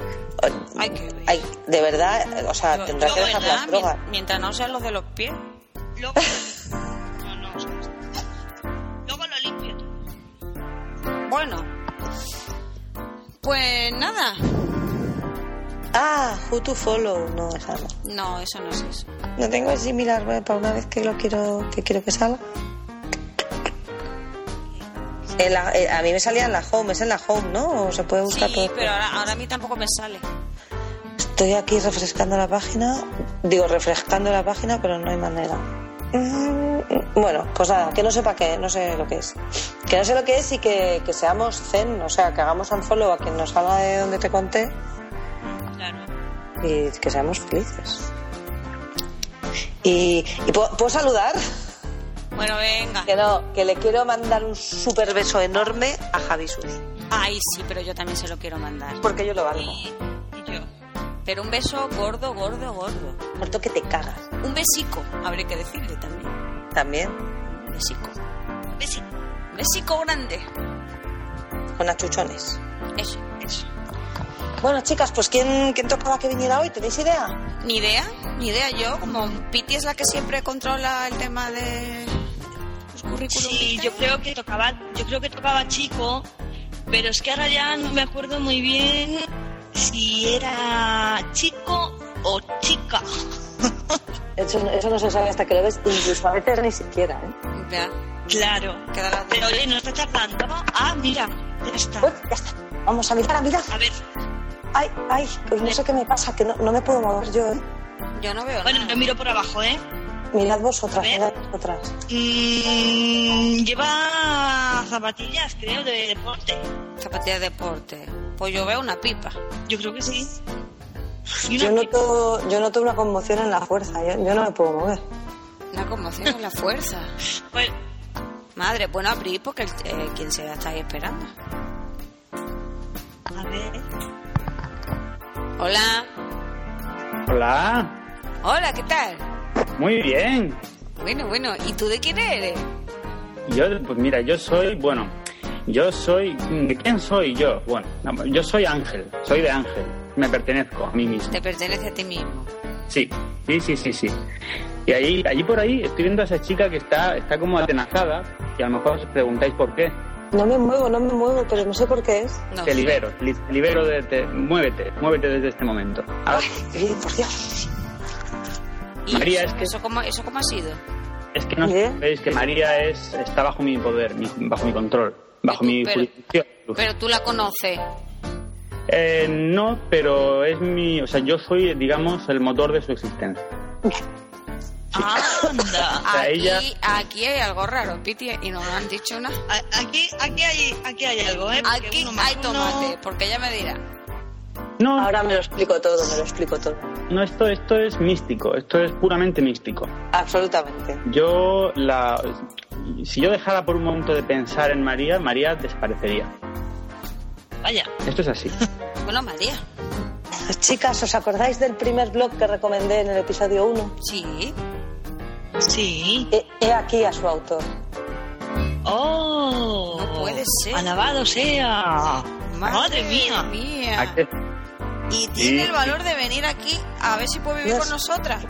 B: O-
A: Ay, qué bien.
B: Ay, de verdad, eh, o sea,
A: Yo-
B: tendrás
A: yo,
B: que dejar
A: ¿verdad?
B: las drogas.
A: Mien- Mientras no sean los de los pies.
C: Luego. no, no, es que no. Luego lo limpio. todo.
A: Bueno. Pues nada.
B: Ah, Who to Follow, no, esa no.
A: No, eso no es eso.
B: No tengo similar bueno, para una vez que lo quiero, que quiero que salga. En la- eh, a mí me salía en la home, es en la home, ¿no? O se puede buscar
A: Sí,
B: por-
A: pero ahora, ahora a mí tampoco me sale.
B: Estoy aquí refrescando la página, digo refrescando la página, pero no hay manera. Mm, Bueno, pues nada, que no sepa qué, no sé lo que es. Que no sé lo que es y que, que seamos zen, o sea, que hagamos un follow a quien nos salga de donde te conté
C: Claro.
B: y que seamos felices. Y, y ¿puedo, ¿puedo saludar?
A: Bueno, venga.
B: Que no, que le quiero mandar un super beso enorme a Javisus.
A: Ay, sí, pero yo también se lo quiero mandar. Eh,
B: Porque yo lo valgo.
C: Y, y yo.
F: Pero un beso gordo, gordo, gordo.
B: Tanto que te cagas.
F: Un besico, habré que decirle también.
B: También.
F: Un besico.
C: Besi-
F: Un besico grande.
B: Con achuchones.
F: Eso.
C: eso.
B: Bueno, chicas, pues ¿quién, quién tocaba que viniera hoy? ¿Tenéis idea?
A: Ni idea, ni idea yo. Como Piti es la que siempre controla el tema de los currículum.
C: Sí,
A: vitae.
C: yo creo que tocaba, yo creo que tocaba chico, pero es que ahora ya no me acuerdo muy bien si era chico o chica.
B: Eso, eso no se sabe hasta que lo ves, incluso a veces ni siquiera, ¿eh?
A: Ya,
C: Claro.
A: quedará
C: Pero oye, no está chapando. Ah, mira, ya está.
B: Uy, ya está. Vamos a mirar, a mirar.
C: A ver,
B: Ay, ay, pues no sé qué me pasa, que no, no me puedo mover yo, ¿eh?
A: Yo no veo
C: bueno, yo
A: nada.
C: miro por abajo, ¿eh?
B: Mirad vosotras,
C: A ver.
B: mirad vosotras.
C: Mm, lleva zapatillas, creo, de deporte.
A: Zapatillas de deporte. Pues yo veo una pipa.
C: Yo creo que sí. Y una
B: Yo noto, yo noto una conmoción en la fuerza, yo, yo no me puedo mover.
A: Una conmoción en la fuerza.
C: pi- Bueno,
A: Madre, bueno, abrí porque el- eh, quien se está ahí esperando.
C: a ver.
A: Hola.
G: Hola,
A: Hola, ¿qué tal?
G: muy bien.
A: Bueno, bueno, ¿y tú de quién eres?
G: Yo, pues mira, yo soy, bueno, yo soy, ¿de quién soy yo? Bueno, no, yo soy Ángel, soy de Ángel, me pertenezco a mí mismo.
A: Te pertenece a ti mismo.
G: Sí, sí, sí, sí, sí. Y allí, allí por ahí estoy viendo a esa chica que está, está como atenazada y a lo mejor os preguntáis por qué.
B: No me muevo, no me muevo, pero no sé por qué es.
A: No
G: Te
A: sé.
G: libero, li- libero de, te- muévete, muévete desde este momento. Ahora,
B: Ay, por Dios.
A: ¿Y
G: María,
A: eso,
G: es que-
A: eso cómo, ¿Eso cómo ha sido?
G: es que no
B: ¿Bien?
G: sabéis que María es, está bajo mi poder, mi- bajo mi control, bajo
A: Pero-
G: mi
A: pero-
G: jurisdicción.
A: Pero tú la conoces.
G: Eh, no, pero es mi, o sea, yo soy, digamos, el motor de su existencia.
C: Anda.
G: sea,
A: Aquí,
G: ella-
A: aquí hay algo raro, Piti, y no lo han dicho nada.
C: A- Aquí, aquí, hay, aquí hay algo, ¿eh? Porque
A: Aquí
C: uno más
A: hay
C: uno-
A: tomate, porque ella me dirá.
G: No,
B: Ahora me lo explico todo, me lo explico todo.
G: no, esto, esto es místico, esto es puramente místico.
B: Absolutamente.
G: Yo la si yo dejara por un momento de pensar en María, María desaparecería.
C: Vaya.
G: Esto es así.
A: Bueno, María,
B: Chicas, ¿os acordáis del primer blog que recomendé en el episodio 1?
A: sí.
C: Sí.
B: He, he aquí a su autor.
C: ¡Oh!
A: No puede ser.
C: ¡Alabado sea! ¡Madre mía!
A: mía.
G: ¿A qué?
A: Y tiene
G: Sí.
A: el valor de venir aquí a ver si puede vivir
B: Dios.
A: con nosotras.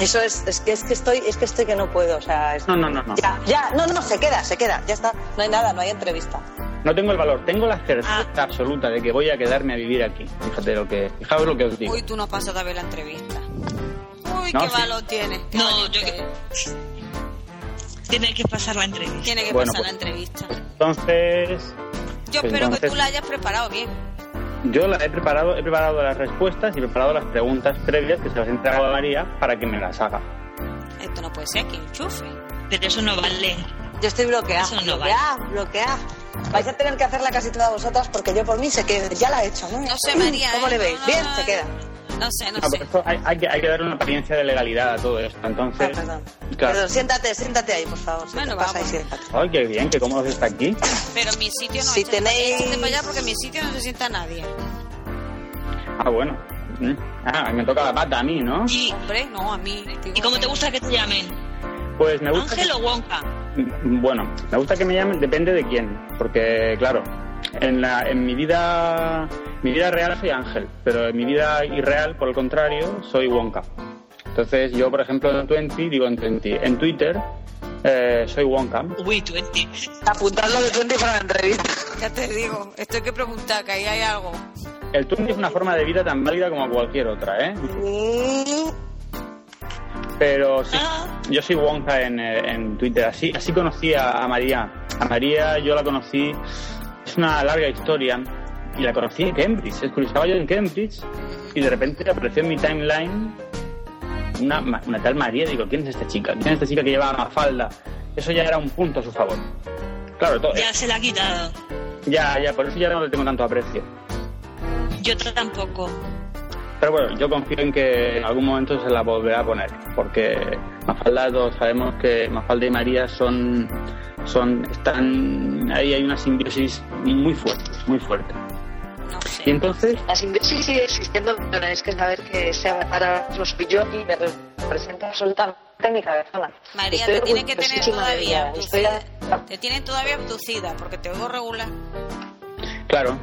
B: Eso es, es que es que estoy, es que estoy que no puedo, o sea, es-
G: No, no, no, no.
B: ya, ya, no, no, se queda, se queda, ya está, no hay nada, no hay entrevista.
G: No tengo el valor, tengo la certeza absoluta de que voy a quedarme a vivir aquí. Fíjate lo que, fijaos lo que os digo.
A: Uy, tú no pasas a ver la entrevista. Uy,
G: No,
A: qué
G: sí.
A: valor tiene. qué
C: No,
A: valiente
C: yo que-
A: es.
C: Tiene que pasar la entrevista.
A: Tiene que
G: Bueno,
A: pasar
G: pues-
A: la entrevista.
G: Entonces,
A: Yo
G: Pues
A: espero que
G: entonces-
A: tú la hayas preparado bien.
G: yo la he preparado, he preparado las respuestas y he preparado las preguntas previas que se las he entregado a María para que me las haga.
A: Esto no puede ser que enchufe.
C: Pero eso no vale.
B: Yo estoy bloqueada,
C: Eso no
B: bloqueada, bloqueada. Vais a tener que hacerla casi todas vosotras porque yo por mí se queda, ya la he hecho, ¿no?
A: No sé,
G: Mm,
A: María.
B: ¿Cómo
A: ¿eh?
B: le
A: No,
B: veis?
A: no,
B: Bien,
A: no,
B: se
A: no.
B: queda.
A: No sé, no
G: Ah, por
A: sé.
G: eso hay, hay que, hay que darle una apariencia de legalidad a todo esto.
B: Ah,
G: Entonces,
B: perdón.
G: claro.
B: Perdón, siéntate, siéntate ahí, por favor.
A: Bueno,
B: Bueno, pasa y
A: vamos.
B: siéntate.
G: Ay, qué bien, qué cómodo está aquí.
A: Pero en mi sitio no
B: Si
A: échate para allá,
B: tenéis-
A: échate para allá porque en mi sitio no se sienta nadie.
G: Ah, bueno. Mm. Ah, me toca la pata a mí, ¿no?
C: ¿Y,
A: Hombre, no, a mí. digo,
C: y cómo te gusta que te llamen?
G: Pues me gusta. que-
C: ¿Ángel o Wonka?
G: Mm, Bueno, me gusta que me llamen, depende de quién, porque claro, en, la, en mi vida mi vida real soy Ángel, pero en mi vida irreal, por el contrario, soy Wonka. Entonces yo, por ejemplo, en Twenty, digo en Twenty, en Twitter eh, soy Wonka.
C: Uy, 20.
B: Apuntadlo de 20 para la entrevista.
A: Ya te digo, esto hay que preguntar, que ahí hay algo.
G: El Twenty es una forma de vida tan válida como cualquier otra, ¿eh?
B: Mm,
G: Pero sí,
C: Ah.
G: yo soy Wonka en, eh, en Twitter. Así, así conocí a, a María. A María yo la conocí, es una larga historia, y la conocí en Cambridge. Estaba yo en Cambridge y de repente apareció en mi timeline una, ma- una tal María. Digo, ¿quién es esta chica? ¿Quién es esta chica que lleva mafalda? Eso ya era un punto a su favor. Claro, todo,
C: Ya se la ha quitado.
G: ya, ya, por eso ya no le tengo tanto aprecio.
C: Yo tampoco.
G: Pero bueno, yo confío en que en algún momento se la volverá a poner, porque Mafalda todos sabemos que Mafalda y María son, son, están, ahí hay una simbiosis muy fuerte, muy fuerte.
E: No
G: Y
E: sé.
G: entonces,
H: La simbiosis sigue existiendo, pero es que saber que se ahora lo soy yo y me representa absolutamente mi cabezona.
A: María,
H: Estoy
A: te tiene que tener
H: orgullosísima de
A: todavía
H: ella. Estoy
A: abducida.
H: a-
A: Te tiene todavía abducida, porque te oigo regular.
G: claro,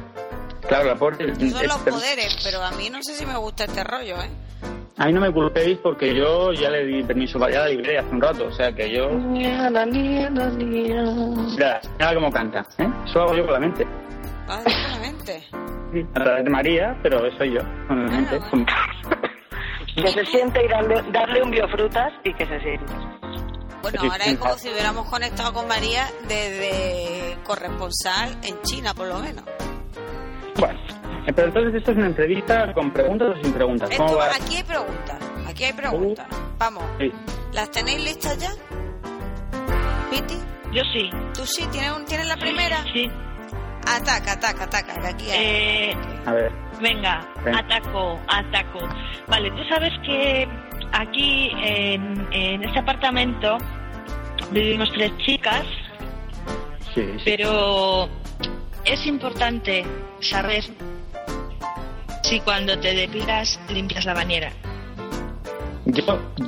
G: claro, la pobre...
A: Son los
G: es-
A: poderes, pero a mí no sé si me gusta este rollo, ¿eh?
G: A mí no me culpéis porque yo ya le di permiso para allá la libré hace un rato, o sea que yo... Mira, mira cómo canta, ¿eh? Eso lo hago yo con la mente.
A: Ah, solamente.
G: A través de María, pero soy yo, con la mente. con-
H: Que se siente y darle, darle un biofrutas y que se siente.
A: Bueno, ahora es como si hubiéramos conectado con María desde corresponsal en China, por lo menos.
G: Bueno, eh, pero entonces esto es una entrevista con preguntas o sin preguntas. ¿Cómo
A: Esto,
G: va?
A: aquí hay preguntas, aquí hay preguntas. Vamos,
G: Sí.
A: ¿las tenéis listas ya? ¿Piti?
C: Yo sí.
A: ¿Tú sí? ¿Tienes, un- tienes la primera?
C: Sí.
A: Ataca, ataca, ataca, que aquí hay.
C: Eh,
G: A ver,
C: venga,
G: Ven.
C: ataco, ataco. Vale, tú sabes que aquí en, en este apartamento vivimos tres chicas,
G: sí, sí.
C: pero es importante saber si cuando te depilas limpias la bañera.
G: Yo,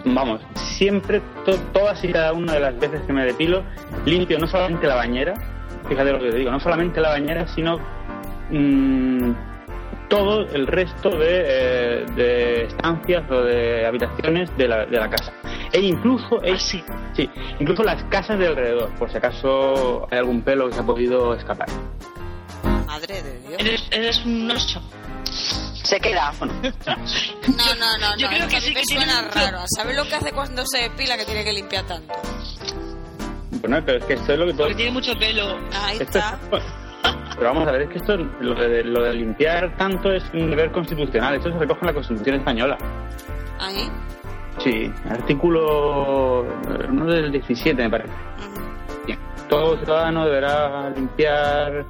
G: vamos, siempre, to- todas y cada una de las veces que me depilo, limpio no solamente la bañera, fíjate lo que te digo, no solamente la bañera, sino mm, todo el resto de, eh, de estancias o de habitaciones de la, de la casa. E incluso,
H: Ah,
G: e-
C: Así.
G: sí, incluso las casas de alrededor, por si acaso hay algún pelo que se ha podido escapar.
A: Madre de Dios.
C: Eres, eres un oso.
H: Se queda.
G: Bueno,
A: No, no, no,
C: Yo
A: no,
C: creo
A: esto
C: que
A: a mí
C: sí
A: me
C: que tiene
A: suena
C: un plus.
A: raro. ¿Sabes lo que hace cuando se depila que tiene que limpiar tanto?
G: bueno, pero es que esto es lo que todo,
C: Porque tiene mucho pelo.
A: Ahí
G: Esto es-
A: está.
G: Pero vamos a ver, es que esto, lo de, lo de limpiar tanto es un deber constitucional. Esto se recoge en la Constitución Española.
A: Ahí.
G: Sí, artículo. eh, No del 17, me parece.
A: Ujú.
G: Bien. Todo ciudadano deberá limpiar.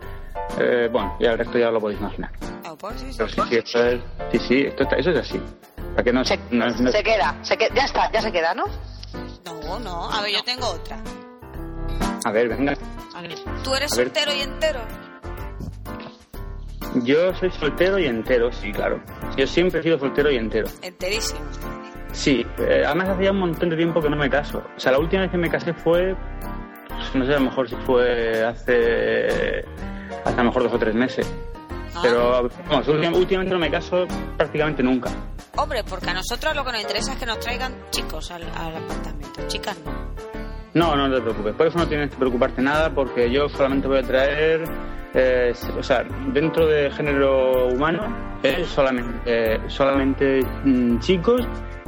G: eh, bueno, ya el resto ya lo podéis imaginar.
A: Ah, pues sí, sí.
G: Pero sí, sí, esto es, sí, sí, esto está- eso es así. Para que no,
H: Se,
G: no- no-
H: se queda. Se que- ya está, ya se queda, ¿no?
A: No, no. A ver, yo tengo otra.
G: A ver, venga.
C: A ver.
A: ¿Tú eres
G: A ver.
A: soltero y entero?
G: Yo soy soltero y entero, sí, claro. Yo siempre he sido soltero y entero.
A: Enterísimo.
G: Sí, eh, además hacía un montón de tiempo que no me caso. O sea, la última vez que me casé fue, pues, no sé, a lo mejor si fue hace, hace a lo mejor dos o tres meses.
A: Ah.
G: Pero vamos, últim- últimamente no me caso prácticamente nunca.
A: Hombre, porque a nosotros lo que nos interesa es que nos traigan chicos al, al apartamento. Chicas no.
G: No, no te preocupes. Por eso no tienes que preocuparte nada, porque yo solamente voy a traer, eh, o sea, dentro de género humano, eh, solamente, eh, solamente mm, chicos.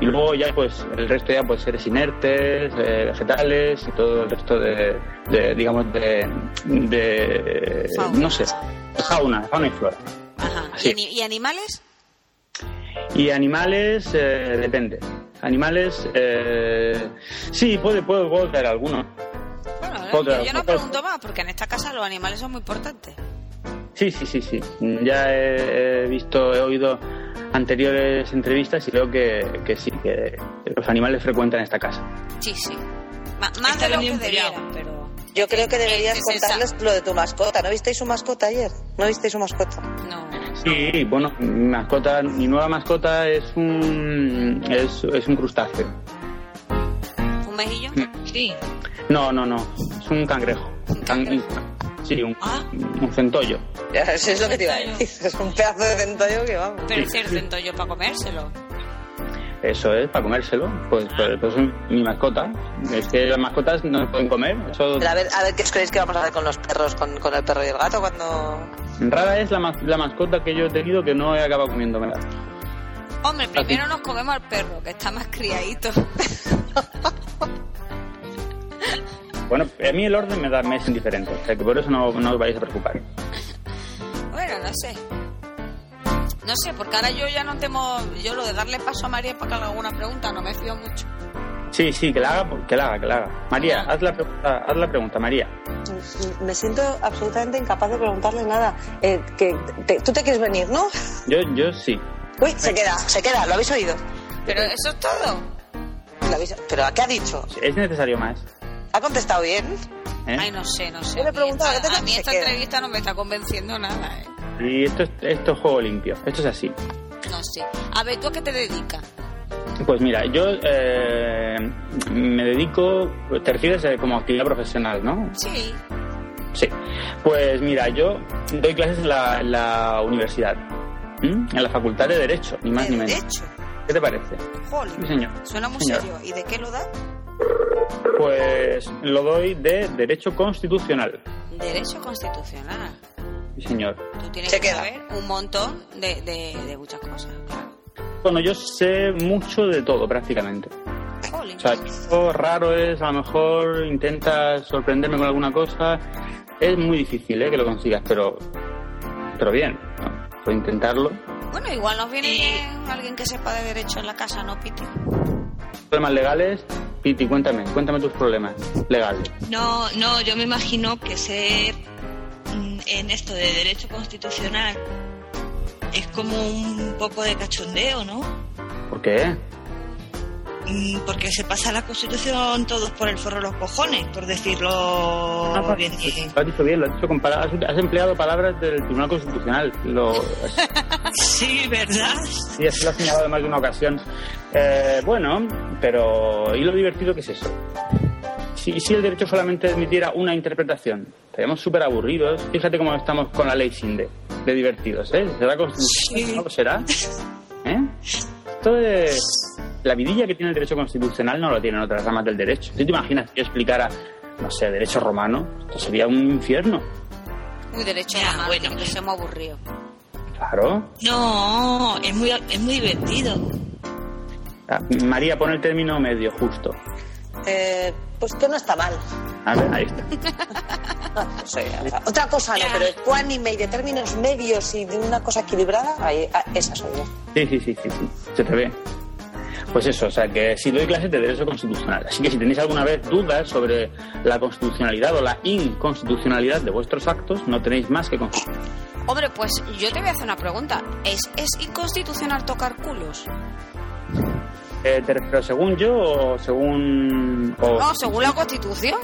G: Y luego ya, pues, el resto ya puede ser inertes, eh, vegetales y todo el resto de, de, digamos, de, de
A: Fauna.
G: no sé, fauna, fauna y flora.
A: Ajá.
G: Sí.
A: ¿Y, ani- y animales?
G: Y animales, eh, depende. Animales, eh, sí, puede, puedo, puedo traer algunos.
A: Bueno,
G: Puedo
A: yo,
G: traer-
A: yo no
G: puedo-
A: pregunto más, porque en esta casa los animales son muy importantes.
G: Sí, sí, sí, sí. Ya he, he visto, he oído anteriores entrevistas y veo que, que sí, que los animales frecuentan esta casa.
A: Sí, sí. Ma- más
C: Está
A: de lo que
C: bien empleado.
A: debieran, pero...
B: Yo creo que deberías
A: Es esa.
B: contarles lo de tu mascota. ¿No visteis su mascota ayer? ¿No visteis su mascota?
A: No.
G: Sí, bueno, mi mascota, mi nueva mascota es un es, es un crustáceo.
A: ¿Un mejillo?
C: Sí.
G: No, no, no, es un cangrejo.
A: ¿Un cangrejo?
G: sí, un,
A: Ah.
G: un centollo.
B: Ya, Eso es lo que te iba a decir. Es un pedazo de centollo que vamos.
A: Pero es cierto, yo para comérselo.
G: Eso es, para comérselo. Pues, pues, pues es mi mascota. Es que las mascotas no se pueden comer. Eso
B: Pero a ver, a ver qué os creéis que vamos a hacer con los perros, con, con el perro y el gato cuando...
G: rara es la, mas- la mascota que yo he tenido que no he acabado comiéndome.
A: Hombre, primero nos comemos al perro, que está más criadito.
G: Bueno, a mí el orden me, da, me es indiferente, o sea que por eso no, no os vais a preocupar.
A: Bueno, no sé. No sé, porque ahora yo ya no temo... Yo lo de darle paso a María para que haga alguna pregunta no me fío mucho.
G: Sí, sí, que la haga, que la haga, que la haga. María, haz la pregunta, haz la pregunta María.
B: Me siento absolutamente incapaz de preguntarle nada. Eh, que te- ¿Tú te quieres venir, no?
G: Yo, yo sí.
B: Uy, se queda, se queda, lo habéis oído.
E: Pero
G: Eh.
E: eso es todo.
B: ¿Lo habéis- ¿Pero a qué ha dicho?
G: Es necesario más.
B: ¿Ha contestado bien?
G: ¿eh?
E: Ay, no sé, no sé.
B: Yo le
E: A mí
B: preguntaba,
E: esta-
B: ¿qué te
E: a mí
B: parece
E: esta
B: que-
E: entrevista no me está convenciendo nada, ¿eh?
G: Y esto, es- esto es juego limpio. Esto es así.
E: No sé. A ver, ¿tú a qué te dedicas?
G: Pues mira, yo eh, me dedico, te refieres eh, como actividad profesional, ¿no?
E: Sí.
G: Sí. Pues mira, yo doy clases en la, en la universidad, ¿m? en la Facultad de Derecho, ni
B: Eh,
G: más ni
A: De
G: menos.
A: hecho,
G: ¿Qué te parece? Sí,
A: jolín.
G: señor.
A: Suena muy
G: Señor.
A: serio. ¿Y de qué lo da?
G: Pues lo doy de Derecho Constitucional,
E: Derecho constitucional.
G: sí, señor.
E: Tú tienes
B: Se
E: que
B: queda.
E: saber un montón de, de, de muchas cosas, claro.
G: Bueno, yo sé mucho de todo prácticamente.
E: Jolín.
G: O sea, lo raro es, a lo mejor intentas sorprenderme con alguna cosa. Es muy difícil ¿eh? que lo consigas, pero, pero bien, ¿no? Puedo intentarlo.
A: Bueno, igual nos viene bien alguien que sepa de derecho en la casa, ¿no, Piti?
G: Problemas legales, Piti, cuéntame, cuéntame tus problemas legales.
C: No, no, yo me imagino que ser mm, en esto de derecho constitucional es como un poco de cachondeo, ¿no?
G: ¿Por qué?
C: Mm, Porque se pasa la constitución todos por el forro de los cojones, por decirlo bien. Eh,
G: Lo has dicho bien, lo has dicho con palabras- has empleado palabras del Tribunal Constitucional. Lo,
C: pues. Sí, ¿verdad?
G: sí, así lo has señalado en más de una ocasión. Eh, bueno, pero ¿y lo divertido que es eso? Si, si el derecho solamente admitiera una interpretación, estaríamos súper aburridos. Fíjate cómo estamos con la ley Sinde, de divertidos, ¿eh? ¿Será constitucional? ¿No lo será? ¿Eh? Esto de la vidilla que tiene el derecho constitucional no lo tienen otras ramas del derecho. ¿Tú te imaginas que yo explicara, no sé, derecho romano? Esto sería un infierno.
E: Muy derecho
C: Ya,
E: romano,
C: bueno.
E: que hemos aburrido.
G: Claro.
C: No, es muy, es muy divertido.
G: Ah, María, pon el término medio justo.
B: Eh, pues que no está mal.
G: A ver, ahí está.
B: No sé, otra cosa no, pero ecuánime y de términos medios y de una cosa equilibrada, ahí, ah, esa soy yo.
G: Sí, sí, sí, sí, sí. Se te ve. Pues eso, o sea, que si doy clases de derecho constitucional. Así que si tenéis alguna vez dudas sobre la constitucionalidad o la inconstitucionalidad de vuestros actos, no tenéis más que consultar.
E: Hombre, pues yo te voy a hacer una pregunta. ¿Es, es inconstitucional tocar culos?
G: Pues Eh, te- pero según yo o según... o-
E: No, según la Constitución.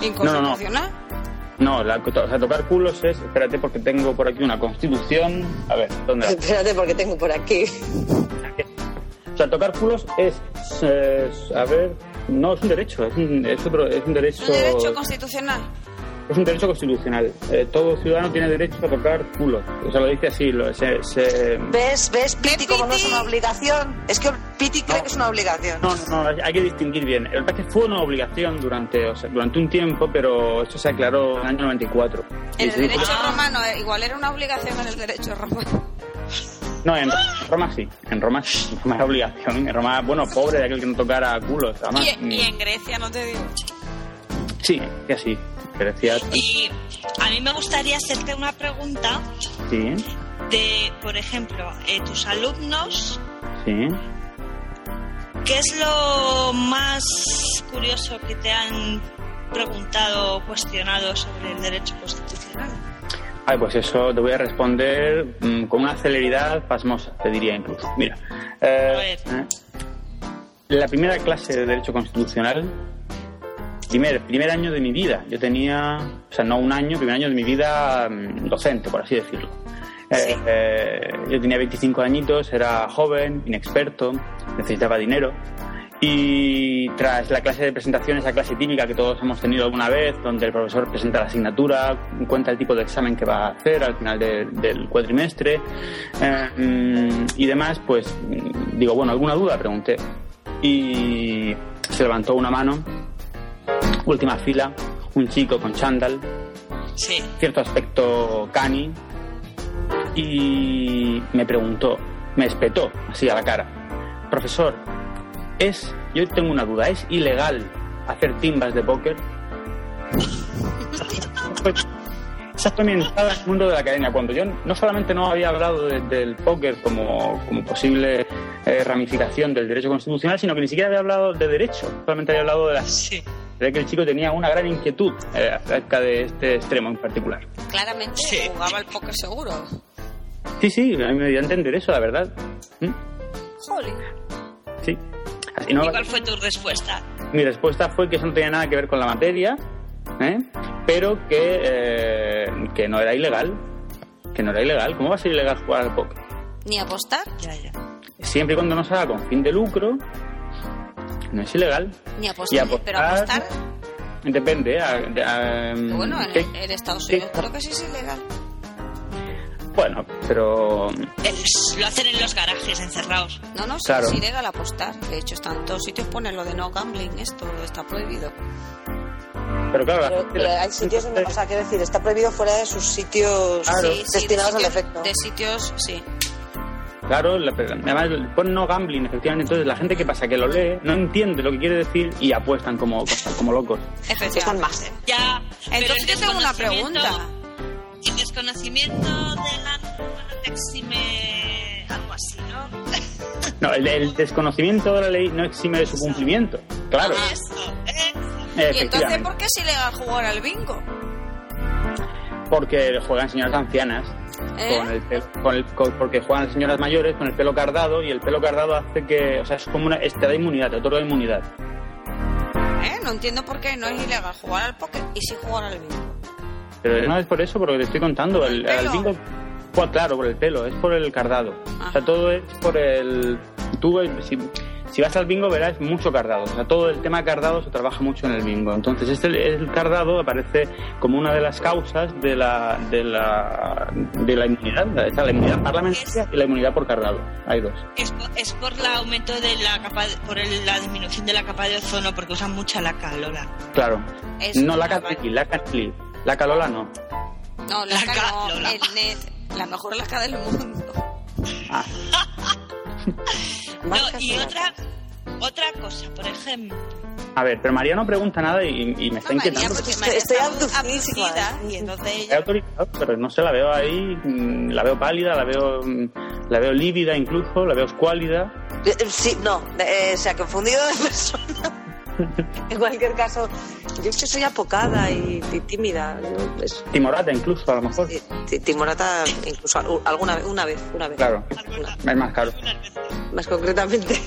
E: ¿Inconstitucional?
G: No, la- o sea, tocar culos es... Espérate porque tengo por aquí una constitución. A ver, ¿dónde la
B: Espérate porque tengo por aquí.
G: O sea, tocar culos es, eh, a ver, no es un derecho, es un, es otro, es un derecho,
E: ¿Un derecho constitucional?
G: es un derecho constitucional. Eh, todo ciudadano tiene derecho a tocar culos. O sea, lo dice así, lo, se, se- no,
B: ¿Ves? ¿Ves, Piti, como no es
E: Piti?
B: una obligación? Es que Piti cree
G: No.
B: que es una obligación.
G: no, no, hay que distinguir bien. El verdad es que fue una obligación durante, o sea, durante un tiempo, pero esto se aclaró en el año 94.
E: En
G: Y
E: el
G: se dijo-
E: derecho romano, eh, igual era una obligación en el derecho romano.
G: No, en Roma sí, en Roma sí, en Roma era obligación. En Roma, bueno, pobre de aquel que no tocara culos. Además,
E: Y, y
G: ni-
E: en Grecia, no te digo.
G: Sí, que así. Grecia,
C: Y a mí me gustaría hacerte una pregunta
G: sí,
C: de, por ejemplo, eh, tus alumnos,
G: sí.
C: ¿qué es lo más curioso que te han preguntado o cuestionado sobre el derecho constitucional?
G: Ay, pues eso te voy a responder mm, con una celeridad pasmosa, te diría incluso. Mira, eh,
C: A ver.
G: eh, la primera clase de Derecho Constitucional, primer, primer año de mi vida, yo tenía, o sea, no un año, primer año de mi vida mm, docente, por así decirlo. Eh, eh, yo tenía 25 añitos, era joven, inexperto, necesitaba dinero. Y tras la clase de presentación, esa clase típica que todos hemos tenido alguna vez, donde el profesor presenta la asignatura, cuenta el tipo de examen que va a hacer al final de- del cuatrimestre eh, mm, y demás, pues mm, digo, bueno, ¿alguna duda? Pregunté. Y se levantó una mano, última fila, un chico con chándal,
C: Sí.
G: cierto aspecto cani y me preguntó, me espetó así a la cara, profesor, es, yo tengo una duda, ¿es ilegal hacer timbas de póker? Pues, Esa fue mi entrada al mundo de la academia, cuando yo no solamente no había hablado de- del póker como, como posible eh, ramificación del derecho constitucional, sino que ni siquiera había hablado de derecho, solamente había hablado de las
C: Sí.
G: se ve que el chico tenía una gran inquietud eh, acerca de este extremo en particular.
E: Claramente
C: Sí.
E: jugaba al póker seguro.
G: Sí, sí, a mí me dio a entender eso, la verdad. ¿Mm?
E: Jolín.
G: Sí. Así no,
C: ¿Y cuál fue tu respuesta?
G: mi respuesta fue que eso no tenía nada que ver con la materia, ¿eh? pero que, eh, que no era ilegal. Que no era ilegal. ¿Cómo va a ser ilegal jugar al póker?
A: Ni apostar,
C: Ya, ya.
G: Siempre y cuando no se haga con fin de lucro, no es ilegal.
A: ni
G: Y
A: apostar,
G: apostar-
A: pero apostar.
G: Depende. ¿eh? A- a-
A: Bueno, en,
G: Mm. ¿qué?
A: en Estados
G: ¿Qué?
A: Unidos creo que sí es ilegal.
G: Bueno, pero
C: Eh, lo hacen en los garajes, encerrados.
A: No, no, sí,
G: Claro.
A: es ilegal apostar. De hecho, están en todos sitios ponen lo de no gambling, esto está prohibido.
G: pero claro, la
B: Pero,
G: gente-
B: pero hay sitios donde, o sea, quiero decir, está prohibido fuera de sus sitios
G: Claro.
A: Sí, sí,
B: destinados
A: de
B: al
A: sitios-
B: efecto.
A: De sitios, sí.
G: Claro, la- pero además pon no gambling, efectivamente. Entonces la gente que pasa que lo lee, no entiende lo que quiere decir y apuestan como, como locos.
B: Están
A: Efectivamente.
B: más. ¿eh?
C: Ya. pero
A: Entonces
C: el
A: yo tengo una
C: desconocimiento-
A: pregunta.
C: El desconocimiento de la norma te exime algo así, ¿no?
G: No, el, el desconocimiento de la ley no exime de su cumplimiento. Claro,
C: Eso, eso.
A: Ah, ¿Y entonces
G: efectivamente.
A: por qué es ilegal jugar al bingo?
G: Porque juegan señoras ancianas.
A: ¿Eh?
G: Con el pelo- con el- con- porque juegan señoras mayores con el pelo cardado y el pelo cardado hace que, o sea, es como una, es- te da inmunidad, te otorga inmunidad.
A: ¿Eh? No entiendo por qué no es ilegal jugar al póker y sí jugar al bingo.
G: Pero no es por eso, por lo que te estoy contando. El,
A: ¿Por el
G: al
A: pelo?
G: bingo- Pues claro, por el pelo, es por el cardado.
A: Ah.
G: O sea, todo es por el. Tú, eh, si, si vas al bingo, verás mucho cardado. O sea, todo el tema cardado se trabaja mucho en el bingo. Entonces, este, el cardado aparece como una de las causas de la, de la, de la inmunidad. Está la inmunidad parlamentaria y la inmunidad por cardado. Hay dos.
C: Es por, es por el aumento de la capa, de- por el- la disminución de la capa de ozono, porque usan mucha la calola.
G: Claro.
A: Es
G: no la
A: una val-
G: catli, la catli. La calola no.
A: No, la
C: Laca,
A: K no,
C: Lola.
A: el net, la mejor laca del mundo.
C: No, y otra, otra cosa, por ejemplo.
G: A ver, pero María no pregunta nada y, y me está
A: María,
G: inquietando.
A: porque
B: Estoy-
A: María
B: estoy ¿eh?
A: está
B: abducida.
A: abducida, Y entonces
G: He
A: ella...
G: autorizado, pero no sé, la veo ahí, mm, la veo pálida, la veo, mm, la veo lívida incluso, la veo escuálida.
B: Eh, eh, Sí, no, eh, se ha confundido de persona. en cualquier caso, yo es que soy apocada y, y tímida. Yo, pues, es-
G: Timorata incluso, a lo mejor.
B: ti- Eh, ti- timorata incluso al- alguna vez, una vez, una vez.
G: Claro,
B: Una,
G: es más caro.
B: más concretamente.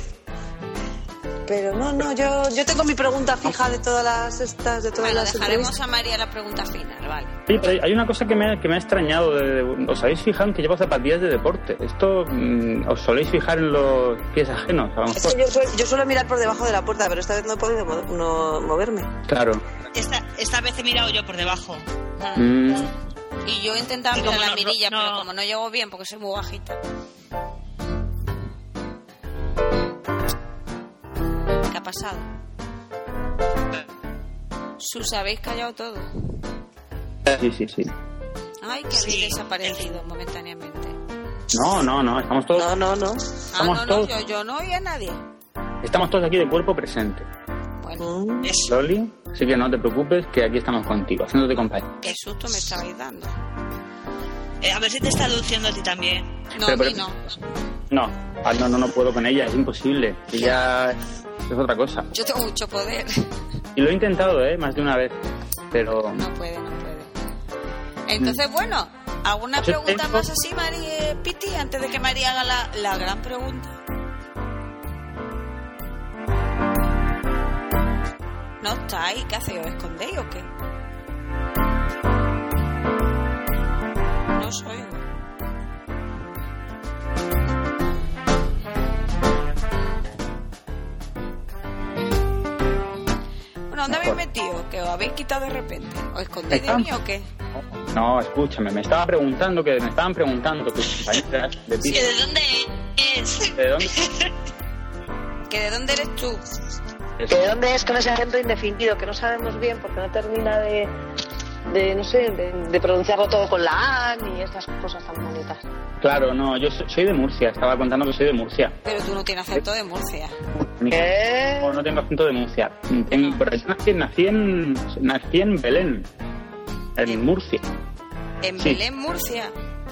B: Pero no, no, yo, yo tengo mi pregunta fija de todas las estas, de todas
A: Bueno,
B: las
A: dejaremos
B: entrevistas.
A: a María la pregunta final, vale.
G: Oye, pero hay- hay una cosa que me, que me ha extrañado. de- de- ¿Os habéis fijado en que llevo zapatillas de deporte? Esto mm, os soléis fijar en los pies ajenos, a lo
B: Es
G: mejor.
B: que yo, suel- yo suelo mirar por debajo de la puerta, pero esta vez no he podido mo- no moverme.
G: Claro.
C: Esta, esta vez he mirado yo por debajo.
G: Mm,
A: Y yo intentaba
C: Y
A: mirar
C: como
A: la
C: no-
A: mirilla,
C: no-
A: pero como no llegó bien porque soy muy bajita. ¿Qué ha pasado? Sus habéis callado todo.
G: sí, sí, sí.
A: Ay, que
C: Sí.
A: habéis desaparecido momentáneamente.
G: No, no, no, estamos
H: Pues
G: todos,
B: No, no, no.
A: Ah,
G: Somos
A: no, no,
G: todos.
A: yo, yo no oí a nadie.
G: estamos todos aquí de cuerpo presente.
A: Bueno,
B: Mm.
C: Eso.
G: Loli, así que no te preocupes, que aquí estamos contigo, haciéndote compañía.
A: qué susto me estabais dando.
C: Eh, a ver si te está aduciendo a ti también.
A: No,
G: Pero-
A: a
G: pero-
A: mí no.
G: No, ah, no, no, no puedo con ella, es imposible. Ella es otra cosa.
A: Yo tengo mucho poder.
G: Y lo he intentado, ¿eh? Más de una vez. Pero
A: No puede, no puede. Entonces, bueno, ¿alguna
G: Yo
A: pregunta
G: tengo-
A: más así, María eh, Piti, antes de que María haga la, la gran pregunta? No está ahí, ¿qué hace? ¿Os escondéis o qué? No os oigo. Bueno, ¿dónde habéis
G: Mejor.
A: metido? ¿Que os habéis quitado de repente? ¿Os escondéis de
G: Ahí
A: mí
G: está.
A: o qué?
G: no, escúchame, me estaba preguntando que me estaban preguntando tus compañeras de ti.
C: ¿Que ¿De dónde es?
G: ¿De dónde?
A: ¿Que de dónde eres tú?
G: Eso.
H: ¿De dónde es con ese acento indefinido que no sabemos bien porque no termina de, de no sé, de, de pronunciarlo todo con la A ni estas cosas tan bonitas?
G: Claro, no, yo so- soy de Murcia, estaba contando que soy de Murcia.
A: Pero tú no tienes acento de Murcia.
G: Mi-
H: ¿Qué?
G: "Oh, No, no tengo acento de Murcia. En, pero yo nací, nací en, nací en Belén, en Murcia.
A: En
G: Sí.
A: Belén, Murcia.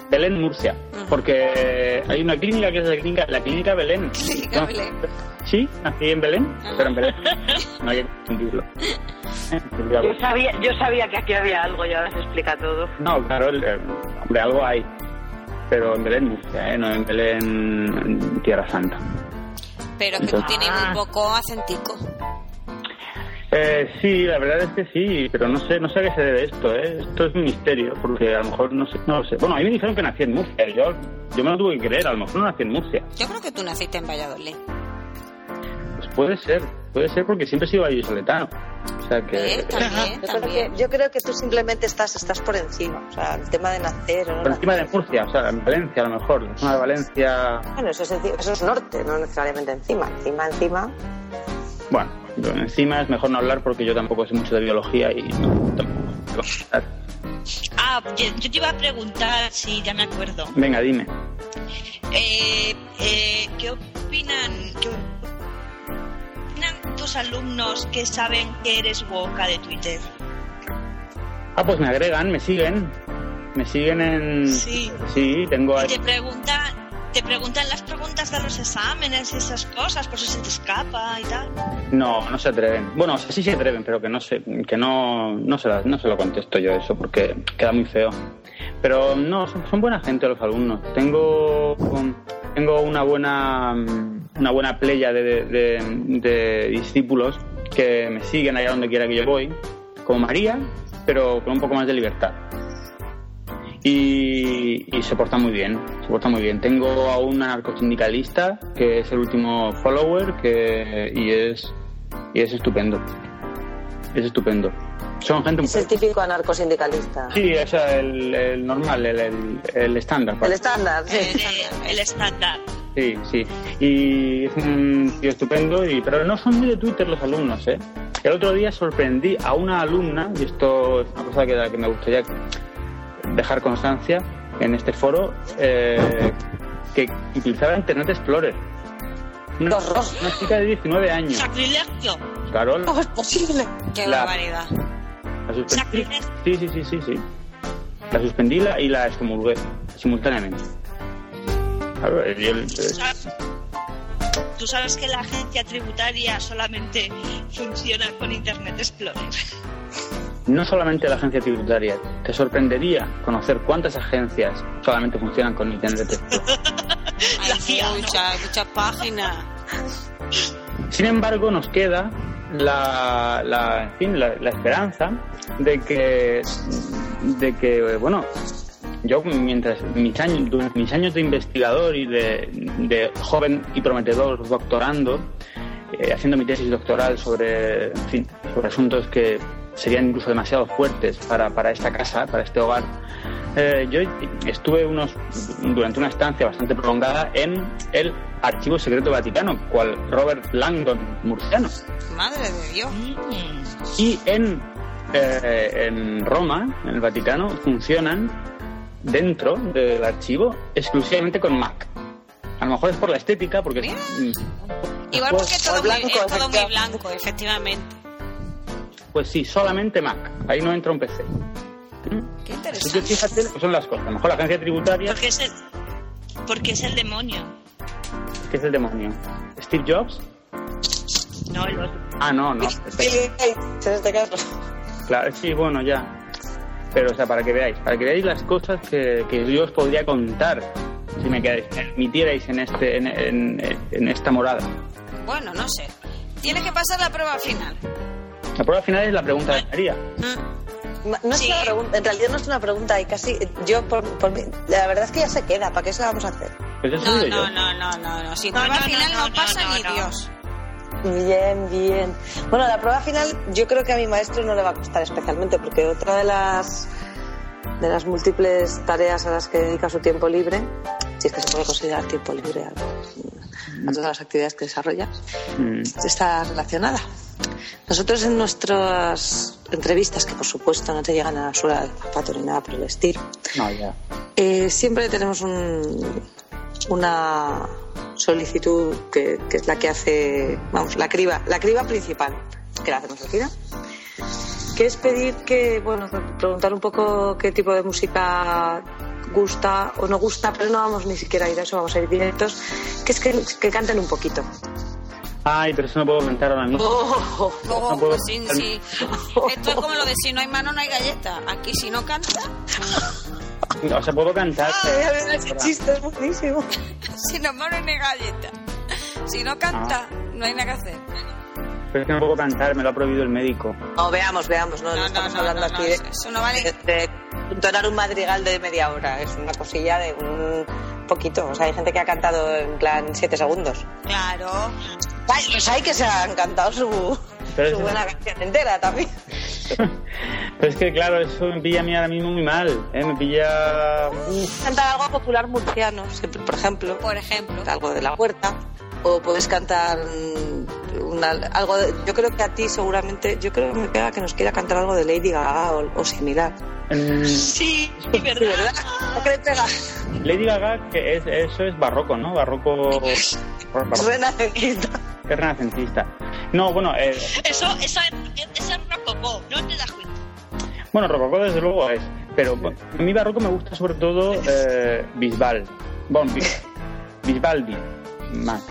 G: Belén, Murcia. Porque hay una clínica que es la clínica, la clínica Belén.
A: Clínica
G: No,
A: Belén. Ah.
G: Sí, nací en Belén, pero en Belén. No hay que confundirlo.
H: sabía, yo sabía que aquí había algo y ahora se explica todo.
G: No, claro, el- eh, hombre, algo hay. pero en Belén Murcia, ¿eh? no en Belén en Tierra Santa.
E: Pero que tú tienes
C: Ah.
E: un poco acentico.
G: Eh, sí, la verdad es que sí, pero no sé, no sé a qué se debe esto, ¿eh? Esto es un misterio, porque a lo mejor no sé, no lo sé. Bueno, a mí me dijeron que nací en Murcia, yo, yo me lo tuve que creer, a lo mejor no nací en Murcia.
E: Yo creo que tú naciste en Valladolid.
G: Pues puede ser, puede ser porque siempre he sido vallisoletano. O sea que...
E: ¿Eh? También,
B: Yo creo,
E: también.
B: que, yo creo que tú simplemente estás, estás por encima. O sea, el tema de nacer o no
G: Por
B: nacer.
G: encima de Murcia, o sea, en Valencia a lo mejor, la zona de Valencia...
B: Bueno, eso es, enci- eso es norte, no necesariamente encima. Encima, encima.
G: Bueno, encima es mejor no hablar porque yo tampoco sé mucho de biología y no... tampoco-
C: Ah, yo, yo te iba a preguntar, sí, ya me acuerdo.
G: Venga, dime.
C: Eh, eh, ¿Qué opinan? ¿Qué opinan tus alumnos que saben que eres woka de Twitter?
G: Ah, pues me agregan, me siguen. Me siguen
B: Mm.
G: en...
C: Sí.
G: Sí, tengo
C: Y
G: ahí...
C: te preguntan, te preguntan las preguntas de los exámenes y esas cosas, por si se te escapa y tal.
G: No, no se atreven. Bueno, o sea, sí se atreven, pero que no se, que no, no se, la- no se lo contesto yo eso porque queda muy feo. Pero no, son, son buena gente los alumnos. Tengo, tengo una buena, mm, una buena playa de, de- de- de discípulos que me siguen allá donde quiera que yo voy, como María, pero con un poco más de libertad. Y, y se porta muy bien, se porta muy bien. Tengo a un anarcosindicalista que es el último follower que, y, es, y es estupendo. Es estupendo. Son gente muy...
B: Es el típico anarcosindicalista.
G: Sí, o sea, el, el normal, el- el el estándar.
B: El
G: vaya.
B: estándar, sí.
C: El, de- el estándar.
G: Sí, sí. Y es un tío estupendo, y, pero no son muy de Twitter los alumnos, ¿eh? El otro día sorprendí a una alumna, y esto es una cosa que, que me gustaría dejar constancia en este foro, eh, que utilizaba Internet Explorer. Una, una chica de 19
B: Mm.
G: años.
C: Sacrilegio.
G: Carol,
B: ¿Cómo es posible?
A: Ah,
E: Qué
G: La-
E: barbaridad.
G: la suspendí.
C: Sacrilegio.
G: Sí, sí, sí, sí, sí. La suspendí la- y la excomulgué simultáneamente. Claro, eh, yo-
C: Tú sabes- Tú sabes que la agencia tributaria solamente funciona con Internet Explorer.
G: No solamente la agencia tributaria. Te sorprendería conocer cuántas agencias solamente funcionan con Internet Explorer.
E: Hay
C: La CIA, ¿no?
E: muchas, muchas páginas.
G: Sin embargo, nos queda la, la- en fin, la, la esperanza de que, de que, eh, bueno, yo mientras mis años, durante mis años de investigador y de, de joven y prometedor doctorando, eh, haciendo mi tesis doctoral sobre, en fin, sobre asuntos que serían incluso demasiado fuertes para, para esta casa, para este hogar. Eh, yo estuve unos durante una estancia bastante prolongada en el Archivo Secreto Vaticano, cual Robert Langdon murciano,
E: Madre de Dios.
C: Mm.
G: y en, eh, en Roma, en el Vaticano, funcionan dentro del archivo exclusivamente con Mac. A lo mejor es por la estética, porque es- mm,
E: Igual porque es todo,
B: Pues,
E: muy,
B: blanco,
E: es todo muy
B: efectivamente.
E: blanco, efectivamente.
G: pues sí, solamente Mac. Ahí no entra un PC.
A: Mm.
E: Qué
G: Así que
E: interesante.
G: fíjate lo que son las cosas. A lo mejor la agencia tributaria,
C: Porque es el, porque es el demonio.
G: que es el demonio. Steve Jobs.
C: No, el otro.
G: Ah, no, no. espera.
B: Sí, en este caso.
G: Claro, sí, bueno, ya. Pero, o sea, para que veáis, para que veáis las cosas que, que yo os podría contar si me quedáis- permitierais en, este, en, en- en esta morada.
E: Bueno, no sé. Tienes que pasar la prueba final.
G: La prueba final es la pregunta de María.
B: Ma- No es
C: Sí.
B: una pregunta, en realidad no es una pregunta y casi yo por, por mí- la verdad es que ya se queda, ¿para qué se la vamos a hacer?
G: Pues eso
E: No,
G: digo
E: no,
G: yo.
E: no, no, no, no. Si
C: No,
E: prueba
C: no, no,
E: final no,
C: no,
E: pasa
C: no,
E: ni
C: no.
E: Dios.
B: Bien, bien. Bueno, la prueba final yo creo que a mi maestro no le va a costar especialmente porque otra de las de las múltiples tareas a las que dedica su tiempo libre, si es que se puede considerar tiempo libre a, a todas las actividades que desarrolla,
G: Mm.
B: está relacionada. Nosotros en nuestras entrevistas, que por supuesto no te llegan a la suela del zapato ni nada por el estilo,
G: No, ya.
B: eh, siempre tenemos un- una solicitud que, que es la que hace, vamos, la criba, la criba principal que la hacemos aquí, ¿no? Que es pedir que, bueno, preguntar un poco qué tipo de música gusta o no gusta, pero no vamos ni siquiera a ir a eso, vamos a ir directos, que es que, que canten un poquito.
G: Ay, pero eso no puedo contar ahora mismo.
B: Oh,
E: Luego,
G: No puedo.
E: pues, sí, sí. Esto es como lo de si no hay mano, no hay galleta. Aquí si no canta,
G: O sea, puedo cantar.
B: Ay, a ver, ese chiste es buenísimo.
A: Si no no ni galleta. Si no canta, no hay nada que hacer.
G: Pero es que no puedo cantar, me lo ha prohibido el médico.
B: No, veamos, veamos, no, no,
A: No, no,
B: estamos
A: no, no,
B: hablando
A: no,
B: aquí de, eh,
A: eso, eso no vale.
B: de- de entonar un madrigal de media hora, es una cosilla de un poquito. O sea, hay gente que ha cantado en plan siete segundos.
A: Claro.
B: Ay, pues hay que se han cantado su,
G: Pero
B: su
G: es-
B: buena canción entera también.
G: Pero es que, claro, eso me pilla a mí ahora mismo muy mal. ¿eh? Me pilla. Uf,
B: Cantar algo popular murciano, siempre, por ejemplo, pues,
A: Por ejemplo.
B: algo de la huerta, o puedes cantar mm, una- algo. de- yo creo que a ti seguramente, yo creo que me pega que nos quiera cantar algo de Lady Gaga o, o similar.
G: mm,
C: Sí,
B: Sí,
C: ¿verdad?
B: ¿verdad? ¿No que le pega?
G: Lady Gaga, que es, eso es barroco, ¿no? Barroco. barroco.
B: Renacentista.
G: Es renacentista. No, bueno, eh,
C: Eso, esa, esa es rococó, no te das cuenta.
G: bueno, rococó desde luego es. Pero bueno, a mí barroco me gusta sobre todo eh, Bisbal. Bon, Bis- Bisbaldi. Más.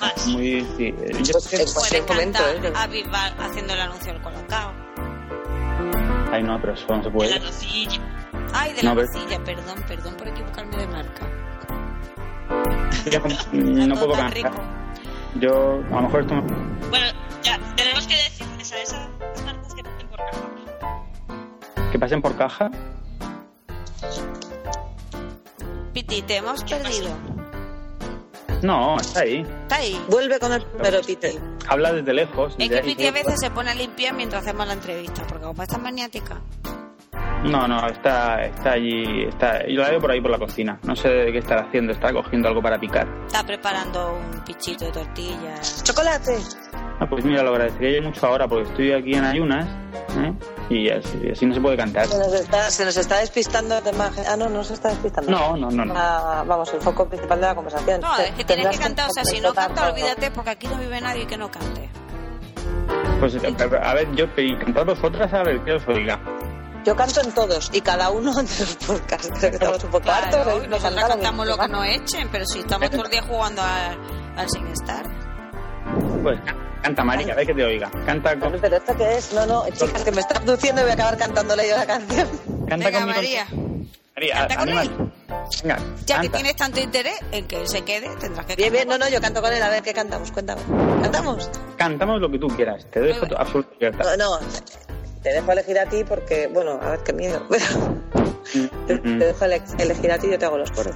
C: Más.
G: Muy. Sí. Yo
B: Pues,
G: creo
B: en
G: que-
B: cualquier
A: Puede
B: momento,
A: cantar
B: ¿eh?
A: a Bisbal haciendo el anuncio del colocado.
G: Ay, no, pero eso no se
C: De
G: puede.
C: la nocilla.
A: Ay, de la
G: No, pero-
A: nocilla, perdón, perdón por equivocarme de marca.
G: Ya No,
A: Todo
G: puedo
A: tan
G: cantar.
A: rico.
G: Yo, a lo mejor esto me-
C: Bueno, ya, tenemos que decirles a esas marcas que pasen por caja.
G: que pasen por caja.
A: Piti, te hemos perdido.
G: No, está ahí.
A: Está ahí.
B: Vuelve con el primero, Piti.
G: Habla desde lejos.
A: Es
G: desde
A: que
G: ahí.
A: Piti a veces se pone a limpiar mientras hacemos la entrevista, porque como está maniática.
G: No, no, está, está allí. Está, yo la veo por ahí por la cocina. No sé qué estará haciendo. Está cogiendo algo para picar.
A: Está preparando un pichito de tortilla.
B: Chocolate.
G: Ah, pues mira, lo agradecería yo mucho ahora porque estoy aquí en ayunas ¿eh? y así, así no se puede cantar.
B: Se nos está, se nos está despistando de imagen. Ah, no, no se está despistando.
G: No, no, no, no.
B: Ah, vamos, el foco principal de la conversación.
A: No,
B: Te-
A: es que tienes
B: tendrás
A: que cantar, o sea, si no
B: completar
A: canta,
B: todo.
A: olvídate, porque aquí no vive nadie que no cante.
G: Pues a a ver, yo pedí cantar vosotras a ver qué os oiga.
B: Yo canto en todos y cada uno de los podcasts. Creo que estamos un poco hartos.
A: Claro,
B: Pues de no
A: nosotros
B: cantar a mí.
A: cantamos lo que nos echen, pero si estamos todo el día jugando al, al Sin Estar.
G: Pues can- canta, Marica, a ver que te oiga. Canta, con-
B: Pero esto qué es, no, no, chicas, que me está abduciendo y voy a acabar cantándole yo la canción.
G: canta
A: Venga,
G: conmigo.
A: María,
G: María,
A: canta con
G: anímate.
A: él.
G: Venga,
A: ya que
G: canta.
A: tienes tanto interés en que él se quede, tendrás que
B: Bien, bien, no,
A: cantar.
B: no, yo canto con él. A ver, ¿qué cantamos? Cuéntame. ¿Cantamos?
G: Cantamos lo que tú quieras. Te
A: Muy
G: dejo
A: bien.
G: absoluta libertad.
B: No, no, te dejo elegir a ti porque, bueno, a ver, qué miedo. Te, te
G: Mm, mm.
B: dejo ele- elegir a ti y yo te hago los coros.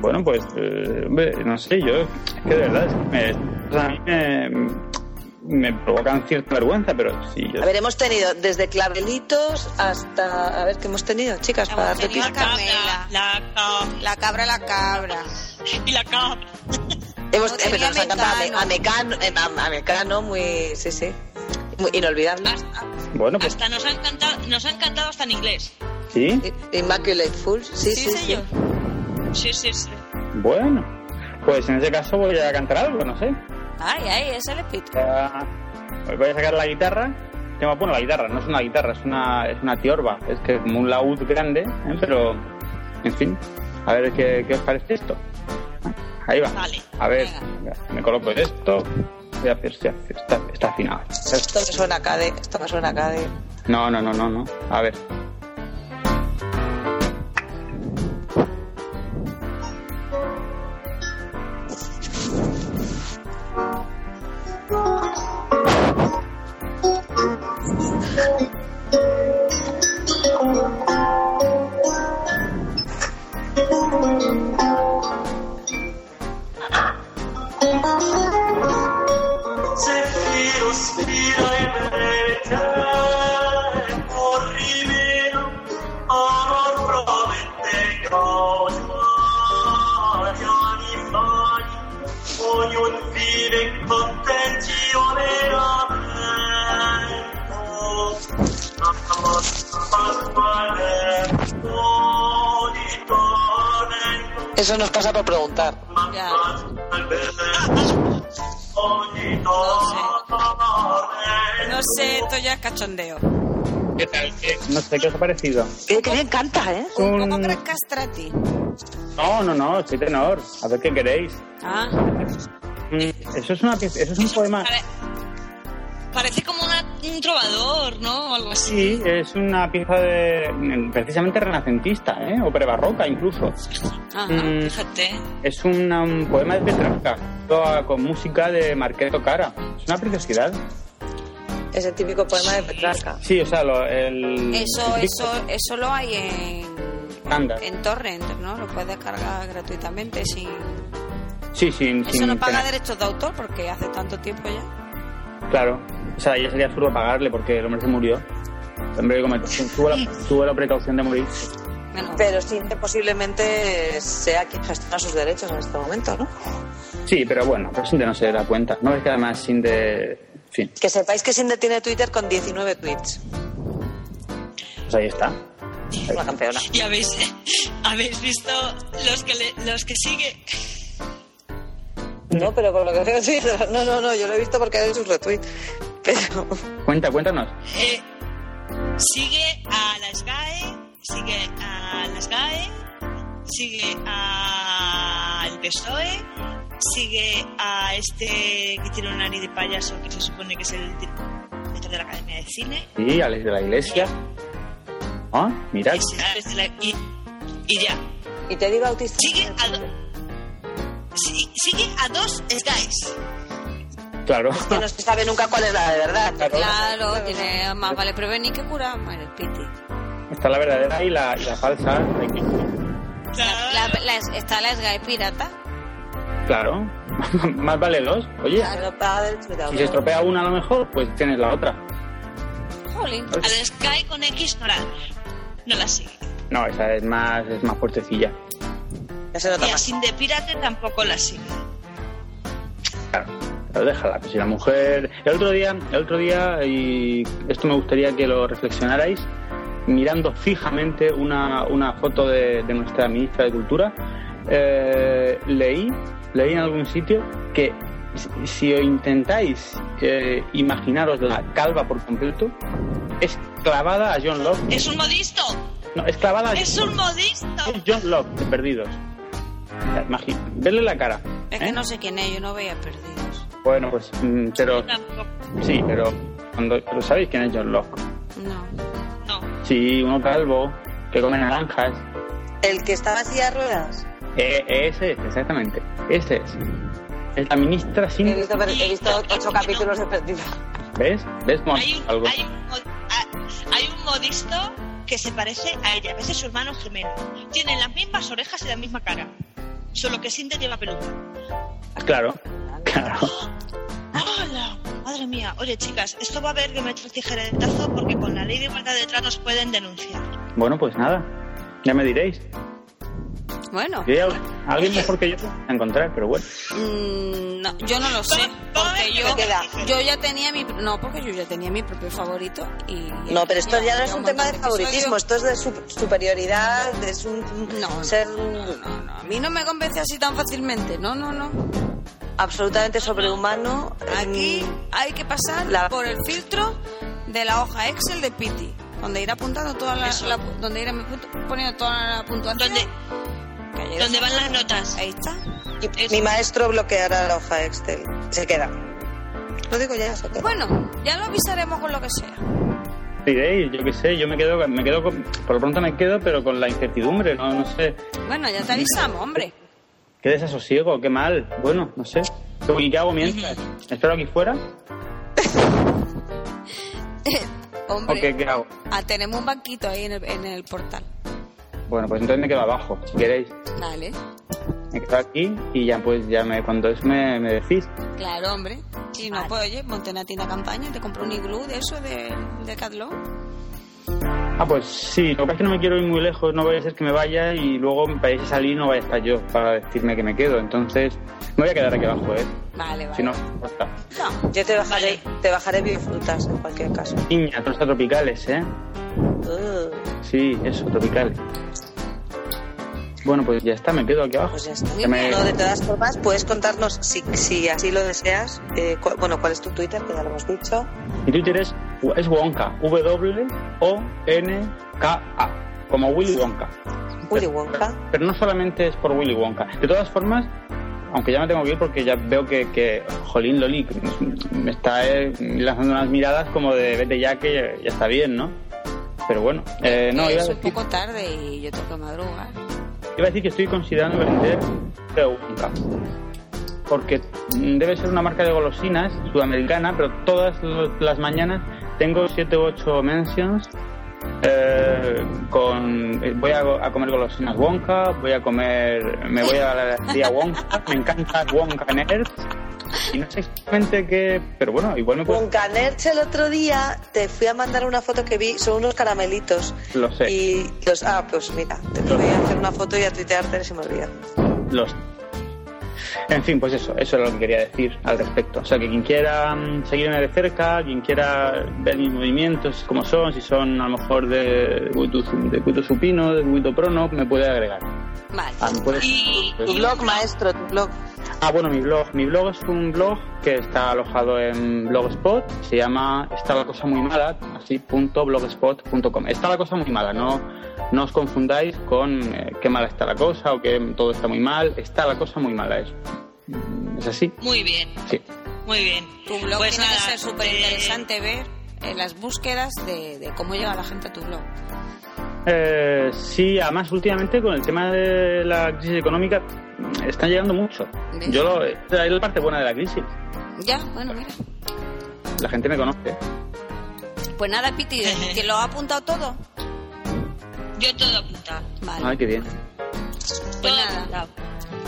G: Bueno, pues, eh, hombre, no sé, yo, es que de verdad, es que me, o sea, a mí me, me provocan cierta vergüenza, pero sí, yo
B: A ver, hemos tenido desde clavelitos hasta. A ver, ¿qué hemos tenido, chicas?
A: Hemos
B: para darle
A: tenido
B: pista?
A: Carmela.
C: La cabra.
A: La cabra, la cabra.
C: Y la cabra.
B: Hemos
A: hemos
B: eh, pero
A: tenido
B: nos han cantado a Me- a
A: Mecano.
B: Mecano, eh, a- a Mecano, muy. Sí, sí. Muy inolvidable.
C: Hasta,
G: bueno, pues
C: hasta nos, han cantado, nos han cantado hasta en inglés.
G: sí,
B: Immaculate Fools. Sí, sí, sí.
A: señor.
C: Sí, sí, sí.
G: bueno. Pues en ese caso voy a cantar algo, no sé.
A: Ay, ay, ese le pito.
G: Ya, pues voy a sacar la guitarra. Tengo, bueno, la guitarra, no es una guitarra, es una, es una tiorba. Es que es como un laúd grande, ¿eh? pero, en fin, a ver qué, qué os parece esto. Ahí va.
C: Vale.
G: A ver, venga, me coloco esto. Voy a hacer, sí, hacer- está, está afinado.
B: Esto me suena acá de. Esto me suena acá de.
G: No, no, no, no, no. A ver.
B: Eso nos pasa por preguntar.
A: Ya. No sé. No sé, esto ya es cachondeo.
G: ¿Qué tal? ¿Qué? No sé, ¿qué os ha parecido?
B: Que, que me encanta, ¿eh?
A: Un
G: Un-
A: poco gran castrati.
G: No, no, no, soy tenor. A ver qué queréis.
A: Ah,
G: Mm, Eso es, una, pie- eso es un poema.
C: Pare- parece como una un trovador, ¿no? O algo así.
G: Sí, es una pieza de mm, precisamente renacentista, ¿eh? o prebarroca incluso.
C: Ajá,
G: Mm.
C: fíjate.
G: Es una- un poema de Petrarca toda con música de Marqueto Cara. Es una preciosidad.
B: Es el típico poema de Petrarca.
G: Sí, o sea, lo- el
A: Eso,
G: el disco
A: eso, eh, eso lo hay en,
G: estándar.
A: en torrent, ¿no? Lo puedes descargar gratuitamente sin...
G: Sí, sin,
A: Eso
G: sin
A: no paga
G: pena.
A: derechos de autor porque hace tanto tiempo ya.
G: Claro. O sea, ya sería absurdo pagarle porque el hombre se murió. El hombre como tuvo la, tuvo la precaución de morir.
A: Menos
B: Pero sí, posiblemente sea quien gestiona sus derechos en este momento, ¿no?
G: Sí, pero bueno, pero Sinde no se da cuenta. No es que además Sinde... En fin,
B: Que sepáis que Sinde tiene Twitter con 19 tweets.
G: pues ahí está.
B: Es una campeona.
C: Y habéis, habéis visto los que, le- los que sigue.
B: No, pero por lo que veo en Twitter. No, no, no, yo lo he visto porque hay sus retweets. Pero
G: Cuenta, cuéntanos.
C: Eh, sigue a las GAE, sigue a las GAE, sigue a- al PSOE, sigue a este que tiene un nariz de payaso que se supone que es el director de la Academia de Cine.
G: Sí, Alex de la Iglesia. Ah, mira.
C: Es- es la- y, y ya.
B: Y te digo autista.
C: Sigue a, do- sí, sigue a dos SGAEs.
G: Claro.
B: Que no se sabe nunca cuál es la de verdad.
A: Claro, tiene más vale prevenir que curar, madre piti.
G: Está la verdadera y la, y la falsa. Aquí.
A: La- la- está la SGAE pirata.
G: Claro. Más vale dos. Oye,
B: Pero paga derechos de
G: si se
B: autor.
G: estropea una a lo mejor, pues tienes la otra.
A: Jolín.
C: A las GAE con X no la, no la sigue.
G: No, esa es más, es más fuertecilla.
B: Ya se nota
C: Y a
B: más.
C: Sin de Pirate tampoco la sigue.
G: Claro, pero déjala, pues si la mujer... El otro día, el otro día, y esto me gustaría que lo reflexionarais, mirando fijamente una, una foto de, de nuestra ministra de Cultura, eh, leí, leí en algún sitio que si- si intentáis eh, imaginaros la calva por completo, es clavada a John Locke.
C: ¡Es un modisto!
G: No, es clavada a
C: ¡Es un modisto!
G: es John Locke, de Perdidos. O sea, imagi- verle la cara.
A: Es
G: ¿eh?
A: que no sé quién es, yo no veía perdidos.
G: Bueno, pues, mm, pero
C: Tampoco,
G: Sí, pero cuando pero sabéis quién es John Locke.
A: No.
C: no.
G: Sí, uno calvo que come naranjas.
B: El que estaba en silla de ruedas.
G: Eh, ese es, exactamente. Ese es. Es la ministra sin...
B: He visto, he visto ocho capítulos de perdido.
G: ¿Ves? ¿Ves cómo
C: Hay un,
G: algo?
C: hay, un, mod- a- hay un modisto que se parece a ella, que es su hermano gemelo. Tienen las mismas orejas y la misma cara. Solo que Sinde lleva peluca.
G: Claro, claro.
C: ¡Hola! Madre mía. Oye, chicas, esto va a haber que meter tijeretazo porque con la ley de igualdad de tratos pueden denunciar.
G: Bueno, pues nada. Ya me diréis.
A: Bueno,
G: Yo ya- alguien mejor que yo a encontrar, pero bueno.
A: mm, no, yo no lo sé. Porque yo, yo ya tenía mi... No, porque yo ya tenía mi propio favorito y...
B: No, pero esto ya no es
A: Tenía
B: un tema de
A: montón
B: favoritismo,
A: episodios.
B: esto es de su- superioridad, de es un
A: No,
B: ser
A: No, no, no, a mí no me convence así tan fácilmente. No, no, no.
B: absolutamente sobrehumano.
A: Aquí hay que pasar
B: La-
A: por el filtro de la hoja Excel de Piti, donde ir apuntando todas las,
C: Eso.
A: la- donde ir apu- poniendo toda la puntuación.
C: ¿Dónde,
A: Que ayer-
C: dónde van las notas?
A: Ahí está.
B: Y
C: Eso.
B: mi maestro bloqueará la hoja Excel. Se queda. Lo digo ya, se queda.
A: Bueno, ya lo avisaremos con lo que sea.
G: Diréis, yo qué sé, yo me quedo, me quedo con, por lo pronto me quedo, pero con la incertidumbre, no, no sé.
A: Bueno, ya te avisamos, hombre.
G: Qué desasosiego, qué mal. Bueno, no sé. ¿Y qué hago mientras? ¿Espero aquí fuera? ¿O
A: Hombre,
G: qué, qué hago?
A: ah, tenemos un banquito ahí en el, en el portal.
G: Bueno, pues entonces me quedo abajo, si queréis.
A: Vale,
G: Me quedo aquí y ya pues ya me cuando eso me, me decís.
A: claro, hombre. Si no, pues oye, monte una tienda campaña y te compro un iglú de eso, de, de Catló.
G: Ah, pues sí, lo que pasa es que no me quiero ir muy lejos, no vaya a ser que me vaya y luego me vayáis a salir y no vaya a estar yo para decirme que me quedo. Entonces, me voy a quedar aquí abajo, ¿eh?
A: Vale, vale.
G: Si no, basta.
A: No,
B: Yo te bajaré, te bajaré biofrutas en cualquier caso.
G: Piña, trozas tropicales, ¿eh?
B: Uh,
G: Sí, eso, tropicales. Bueno, pues ya está, me quedo aquí abajo.
B: pues ya está.
G: Que me-
B: No, de todas formas, puedes contarnos, si, si así lo deseas, eh, cu- bueno, cuál es tu Twitter, que ya lo hemos dicho.
G: Mi Twitter es, es Wonka, W-O-N-K-A, como Willy Wonka.
B: Willy Wonka.
G: Pero no solamente es por Willy Wonka. De todas formas, aunque ya me tengo que ir porque ya veo que, que Jolín Loli me está eh, lanzando unas miradas como de vete ya que ya está bien, ¿no? Pero bueno, eh, no, iba a,
A: es un
G: decir,
A: poco tarde y yo tengo que madrugar.
G: iba a decir que estoy considerando vender Teunca. Porque mm, debe ser una marca de golosinas sudamericana, pero todas lo- las mañanas tengo 7 u 8 mentions. eh, con eh, voy a, go- a comer golosinas Wonka, voy a comer, me voy a la heladería Wonka, me encanta Wonka Nerds y no sé exactamente qué, pero bueno, igual me puedo,
B: Con Canerche el otro día te fui a mandar una foto que vi, son unos caramelitos.
G: lo sé.
B: Y los. Ah, pues mira, te voy a hacer una foto y a tuitearte se me olvida.
G: los en fin, pues eso, eso es lo que quería decir al respecto. O sea, que quien quiera mm, seguirme de cerca, quien quiera ver mis movimientos, cómo son, si son a lo mejor de Guido de Guido Supino, de Guido Prono, me puede agregar.
A: Vale.
G: Ah, me puede-
C: Y-
B: Tu blog, maestro, tu blog.
G: Ah, bueno, mi blog. Mi blog es un blog que está alojado en Blogspot. Se llama Está la cosa muy mala, así, punto blogspot.com. Está la cosa muy mala, no, no os confundáis con eh, qué mala está la cosa o que todo está muy mal. Está la cosa muy mala, es, es así.
C: Muy bien,
G: Sí.
C: muy bien.
A: Tu blog
C: Pues
A: tiene que
C: nada,
A: ser súper
C: eh,
A: interesante ver eh, las búsquedas de, de cómo llega la gente a tu blog.
G: Eh, sí, además últimamente con el tema de la crisis económica están llegando mucho.
A: ¿Ves?
G: Yo lo, esa es la parte buena de la crisis.
A: Ya, bueno, mira.
G: La gente me conoce.
A: Pues nada, Piti,
C: Ejé.
A: ¿te lo ha apuntado todo?
C: eh, Yo todo apuntado.
A: Vale.
G: Ay, qué bien.
C: Todo
A: Pues nada.
C: apuntado.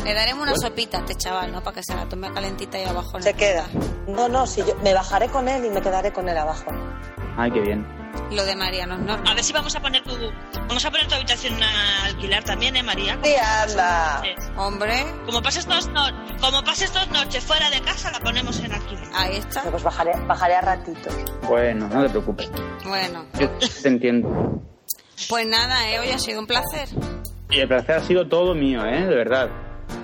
A: Le daremos una
G: Bueno.
A: sopita a este chaval, ¿no? Para que se la tome calentita ahí abajo. en
B: Se
A: la
B: queda.
A: mesa.
B: No, no, si yo me bajaré con él y me quedaré con él abajo.
G: Ay, qué bien.
A: Lo de Mariano es normal.
C: A ver si vamos a poner tu, vamos a poner tu habitación a alquilar también, ¿eh, María?
B: Sí, anda.
A: Hombre,
C: Como pases dos, no- como pases dos noches fuera de casa, la ponemos en alquiler.
A: ahí está.
B: Bueno, Pues bajaré, bajaré a ratitos.
G: Bueno, no te preocupes.
A: Bueno,
G: Yo te entiendo.
A: pues nada, eh, hoy ha sido un placer.
G: Y el placer ha sido todo mío, ¿eh? De verdad.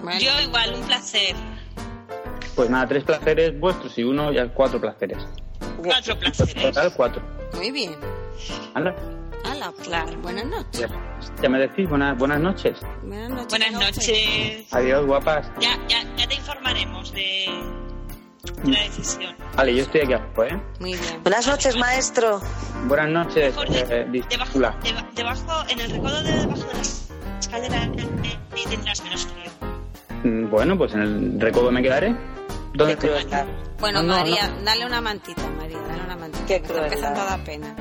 A: Bueno,
C: Yo igual, un placer.
G: Pues nada, tres placeres vuestros y uno ya cuatro placeres.
B: Bien.
C: Cuatro placeres.
G: Total, cuatro.
A: muy bien.
G: Anda,
A: Hala, claro. Buenas noches.
G: Ya, ya me decís, buenas, buenas noches.
A: Buenas noches.
C: Buenas noches.
G: Adiós, guapas.
C: Ya, ya, ya te informaremos de de la decisión.
G: Vale, yo estoy aquí abajo, ¿eh?
A: Muy bien.
B: Buenas noches, maestro.
G: Buenas noches,
C: Mejor
G: eh,
C: de- debajo,
G: discípula.
C: deba- debajo, en el recodo de debajo de las escaleras eh, y tendrás menos frío.
G: Mm, Bueno, pues en el recodo me quedaré. ¿Dónde
B: Qué crueldad.
A: Bueno,
G: No, no,
A: María, dale una mantita, María, dale una mantita.
B: Qué
A: Me está empezando a
B: crueldad.
A: dar pena.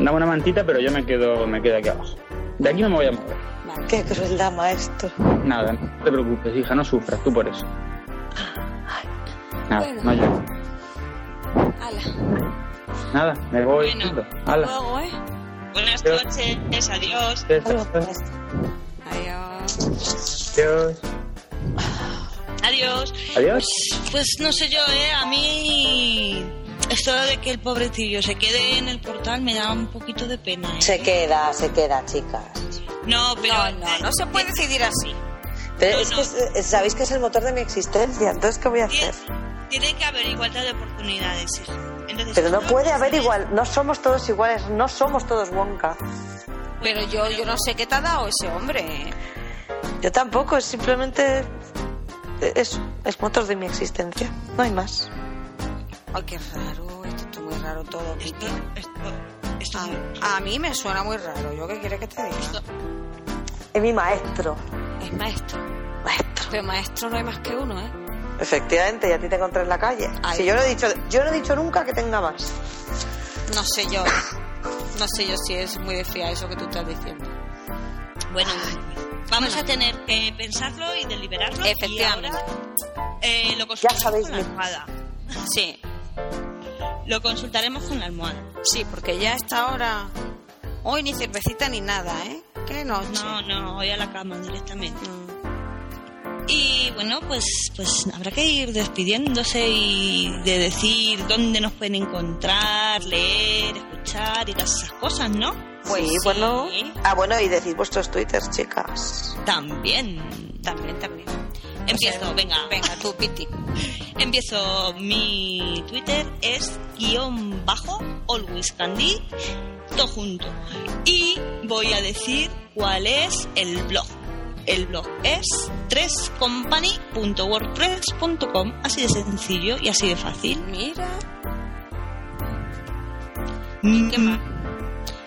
G: Una buena mantita, pero yo me quedo, me quedo aquí abajo. De aquí no me voy a mover.
A: Vale.
B: Qué crueldad, maestro.
G: Nada, no te preocupes, hija, no sufras tú por eso.
C: Ah,
G: Nada,
A: Bueno.
G: no lloro.
A: Hala.
G: Nada, me voy.
C: Bueno,
G: yendo. Hala.
A: Luego, ¿eh?
C: Buenas
G: Adiós.
C: noches, adiós.
B: Adiós,
G: Adiós.
B: maestro.
A: Adiós.
C: Adiós.
G: Adiós.
C: Pues no sé yo, ¿eh? A mí esto de que el pobre tío se quede en el portal me da un poquito de pena, ¿eh?
B: Se queda, se queda, chicas.
C: No, pero...
A: No, no, no se puede decidir así.
B: Pero
C: No,
B: es
C: no.
B: que es- es- sabéis que es el motor de mi existencia, entonces ¿qué voy a
C: Tiene,
B: hacer?
C: tiene que haber igualdad de oportunidades, hijo. Entonces,
B: Pero no
C: si
B: puede haber igual, no somos todos iguales, no somos todos Wonka.
A: Pero yo, yo no sé qué te ha dado ese hombre. ¿eh?
B: Yo tampoco, es simplemente es, es motor de mi existencia, no hay más.
A: Ay, qué raro. Esto está muy raro todo,
C: Esto,
A: Piti.
C: esto, esto,
A: A, a mí me suena muy raro. ¿Yo qué quieres que te diga?
B: Es mi maestro,
A: Es maestro.
B: maestro.
A: Pero maestro no hay más que uno, ¿eh?
B: Efectivamente, y a ti te encontré en la calle.
A: Ay.
B: Si yo no he dicho, yo no he dicho nunca que tenga más.
A: No sé yo. No sé yo si es muy de fiar eso que tú estás diciendo. Ah,
C: Bueno, vamos a tener que pensarlo y deliberarlo.
A: Efectivamente.
C: Y ahora, eh, lo consultaremos
B: sabéis
C: con la
B: mi-
C: almohada.
A: Sí,
C: Lo consultaremos con la almohada.
A: sí, porque ya está ahora. Hoy ni cervecita ni nada, ¿eh? Qué noche. Mm,
C: No, no, hoy a la cama directamente. Y bueno, pues, pues habrá que ir despidiéndose y de decir dónde nos pueden encontrar, leer, escuchar y todas esas cosas, ¿no?
A: Pues
B: sí, bueno. Ah, bueno, y decir vuestros twitters, chicas.
C: También.
A: También, también.
C: Empiezo, venga.
A: Venga, tú, Piti.
C: Empiezo mi Twitter es guión bajo always candy todo junto y voy a decir cuál es el blog El blog es trescompany.wordpress.com. Así de sencillo y así de fácil.
A: Mira.
C: ¿Qué
A: ¿Qué más?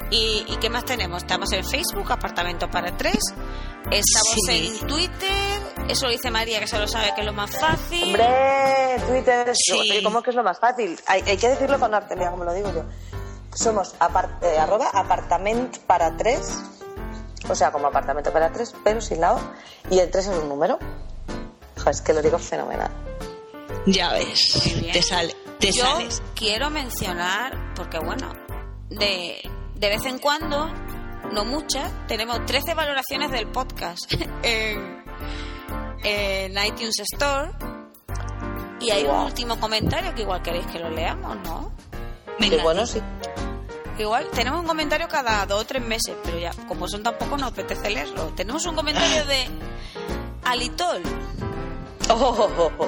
A: ¿Y, y qué más tenemos? Estamos en Facebook, Apartamento para Tres. Estamos
C: Sí.
A: en Twitter. Eso lo dice María, que se lo sabe que es lo más fácil.
B: Hombre, Twitter es
C: Sí.
B: oye, ¿cómo es que es lo más fácil? Hay, hay que decirlo con arte, mira, como lo digo yo. Somos apart- eh, arroba apartament para tres, o sea, como apartamento para tres, pero sin la O, y el tres es un número. Joder, es que lo digo fenomenal.
C: Ya ves.
A: Muy bien.
C: Te, sale, te
A: Yo
C: sales.
A: quiero mencionar, porque bueno, de, de vez en cuando, no muchas, tenemos 13 valoraciones del podcast en, en iTunes Store. Y hay un
B: Guau.
A: último comentario que igual queréis que lo leamos, ¿no?
B: Y bueno, sí.
A: Igual tenemos un comentario cada dos o tres meses, pero ya, como son tampoco, nos apetece leerlo. Tenemos un comentario de Alitol
B: Oh, oh, oh, oh.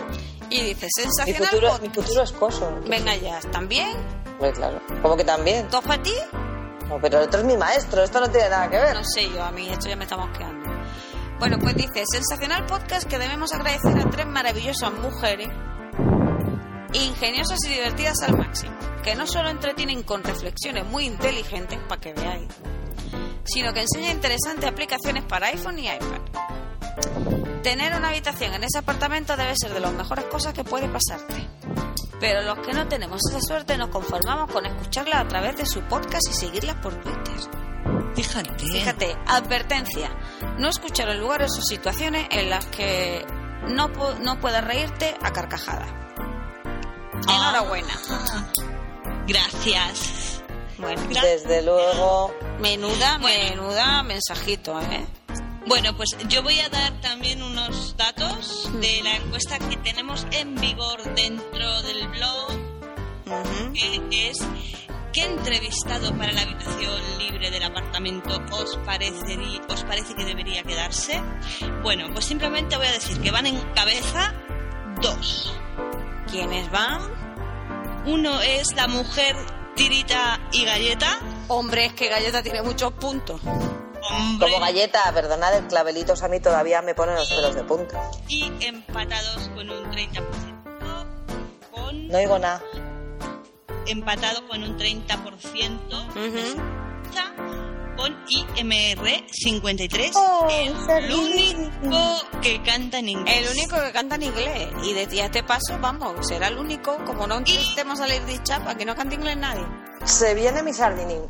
A: y dice:
B: Mi,
A: Sensacional
B: futuro, mi
A: podcast".
B: futuro esposo.
A: Venga, ya, ¿también?
B: Hombre, claro. ¿Cómo que también?
A: ¿Dos para ti?
B: No, pero el otro es mi maestro, esto no tiene nada que ver.
A: No sé yo, a mí esto ya me está mosqueando. Bueno, pues dice, sensacional podcast que debemos agradecer a tres maravillosas mujeres, ingeniosas y divertidas al máximo, que no solo entretienen con reflexiones muy inteligentes, para que veáis, sino que enseñan interesantes aplicaciones para iPhone y iPad. Tener una habitación en ese apartamento debe ser de las mejores cosas que puede pasarte. Pero los que no tenemos esa suerte nos conformamos con escucharlas a través de su podcast y seguirlas por Twitter.
C: Fíjate.
A: Fíjate, advertencia. No escuchar en lugares o situaciones en las que no, pu- no puedas reírte a carcajada. Ah. Enhorabuena.
C: Gracias.
A: Bueno,
B: Desde luego.
A: menuda, menuda mensajito, ¿eh?
C: Bueno, pues yo voy a dar también unos datos de la encuesta que tenemos en vigor dentro del blog, eh, que es ¿qué entrevistado para la habitación libre del apartamento os, parecerí- os parece que debería quedarse? Bueno, pues simplemente voy a decir que van en cabeza dos.
A: ¿Quiénes van?
C: Uno es la mujer tirita y galleta.
A: Hombre, es que Galleta tiene muchos puntos.
C: Hombre,
B: Como galleta, perdonad, el clavelitos a mí todavía me pone los pelos de punta.
C: y empatados con un 30%. Con...
B: No digo nada.
C: empatado con un 30% de
A: Ujú.
C: sorpresa con IMR 53,
B: Oh,
C: el único que canta en inglés.
A: El único que canta en inglés. Y de ti a este paso, vamos, será el único, como no intentemos salir de chapa, que no cante inglés nadie.
B: Se viene mi sardinín.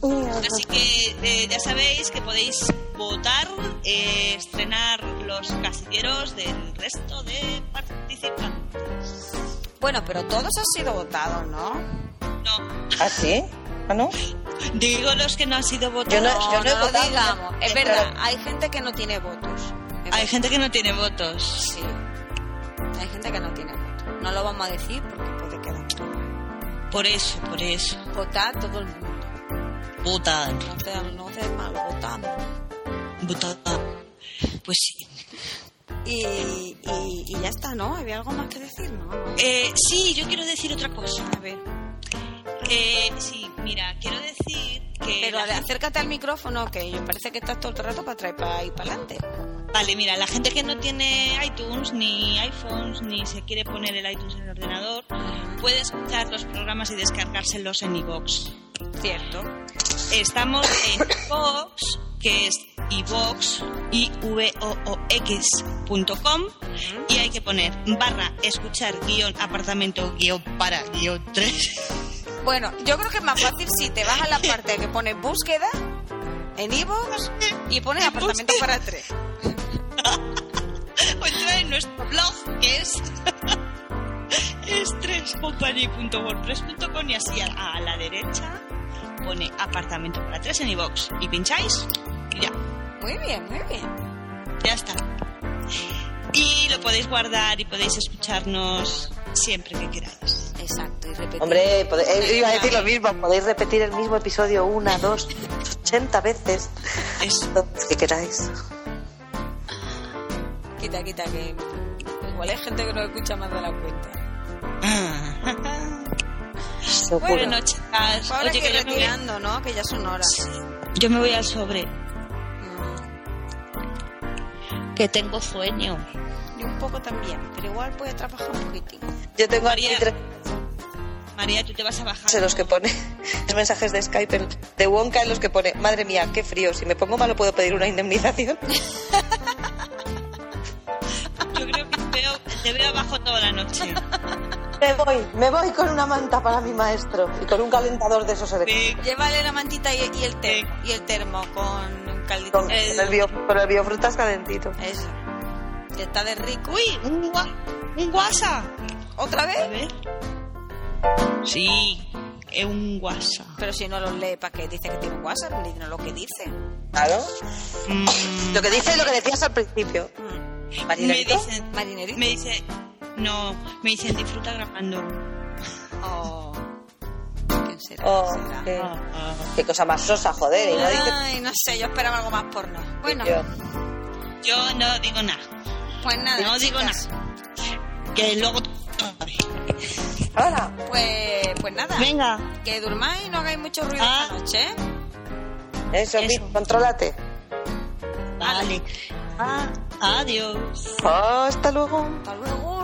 C: Así que eh, ya sabéis que podéis votar, eh, estrenar los casilleros del resto de participantes.
A: Bueno, pero todos han sido votados, ¿no?
C: No,
B: ¿Ah, sí? ¿Ah, no?
C: digo los que no han sido
B: Yo
C: votados.
B: no, yo
A: No,
B: no,
A: no
B: he
A: lo
B: votado.
A: digamos. Es
B: Pero-
A: verdad, hay gente que no tiene votos. Es
C: Hay
A: verdad,
C: gente que no tiene votos.
A: Sí. Hay gente que no tiene votos. No lo vamos a decir porque puede quedar.
C: Por eso, por eso.
A: Vota todo el mundo.
C: Votad.
A: No te, no te mal, votamos.
C: Votad. Pues sí.
A: Y, y, y ya está, ¿no? Había algo más que decir, ¿no?
C: Eh, sí, yo quiero decir otra cosa.
A: A ver.
C: Eh, sí, mira, quiero decir que...
A: Pero
C: la
A: a ver,
C: gente-
A: acércate al micrófono, que yo parece que estás todo el rato para atrás y para ahí para adelante.
C: vale, mira, la gente que no tiene iTunes, ni iPhones, ni se quiere poner el iTunes en el ordenador, puede escuchar los programas y descargárselos en iVoox.
A: Cierto.
C: Estamos en iVoox, que es iVoox, iVoox.com, y hay que poner barra escuchar guión apartamento guión para guión 3.
A: Bueno, yo creo que es más fácil si te vas a la parte que pone búsqueda en iVoox y pones apartamento para tres.
C: o entrar en Pues nuestro blog que es estrescompany.wordpress.com y así a, a la derecha pone apartamento para tres en iBox y pincháis y ya,
A: Muy bien, muy bien.
C: ya está. Y lo podéis guardar y podéis escucharnos siempre que queráis.
A: Exacto, y repetir.
B: Hombre, pode- eh, iba a decir lo mismo. Podéis repetir el mismo episodio una, dos, ochenta veces.
C: Eso.
B: Lo que queráis.
A: Quita, quita, que igual hay gente que no escucha más de la cuenta.
B: Seguro.
C: Bueno, chicas,
A: Ahora que
C: oye, que yo me, voy,
A: retirando, ¿no? Que ya son horas.
C: yo me voy al sobre.
A: Mm.
C: que tengo sueño.
A: Y un poco también, pero igual puede trabajar un poquitín.
B: Yo tengo aquí
C: María.
B: tres
C: María, tú te vas a bajar.
B: en los que pone los mensajes de Skype en- de Wonka en los que pone, madre mía, qué frío, si me pongo malo puedo pedir una indemnización.
C: Yo creo que veo- te veo abajo toda la noche.
B: Me voy, me voy con una manta para mi maestro y con un calentador de esos eléctricos.
C: Venga,
A: Llévale la mantita y, y el, ter- y el termo con un caldito.
B: Con el, bio- con el biofrutas calentito.
A: Eso. Que está de rico.
C: Uy, un, gua, un guasa.
A: ¿Otra
C: A
A: vez?
C: ver. Sí, es un guasa.
A: Pero si no los lee, ¿para qué dice que tiene WhatsApp? No lo que dice.
B: Claro.
C: Mm,
B: Lo que dice es lo que decías al principio.
A: Mm.
C: me
B: Marinerito.
C: dicen,
A: Marinerito.
C: me dice, no, me dicen disfruta grabando.
A: Oh. ¿Quién será?
B: Oh,
A: ¿Quién será?
B: qué,
C: Ah, ah.
B: qué cosa más sosa, joder. Y no dice
A: Ay, no sé, yo esperaba algo más porno. Bueno,
B: yo.
C: Yo no digo nada,
A: pues nada.
C: no digo
A: chicas.
C: nada. Que luego.
B: Ahora,
A: Pues, pues nada.
C: Venga,
A: Que durmáis y no hagáis mucho ruido
C: Ah.
A: esta noche. ¿eh?
B: eso,
C: Eso.
B: Pi, contrólate.
C: vale. Ah, adiós.
B: Hasta luego.
A: Hasta luego.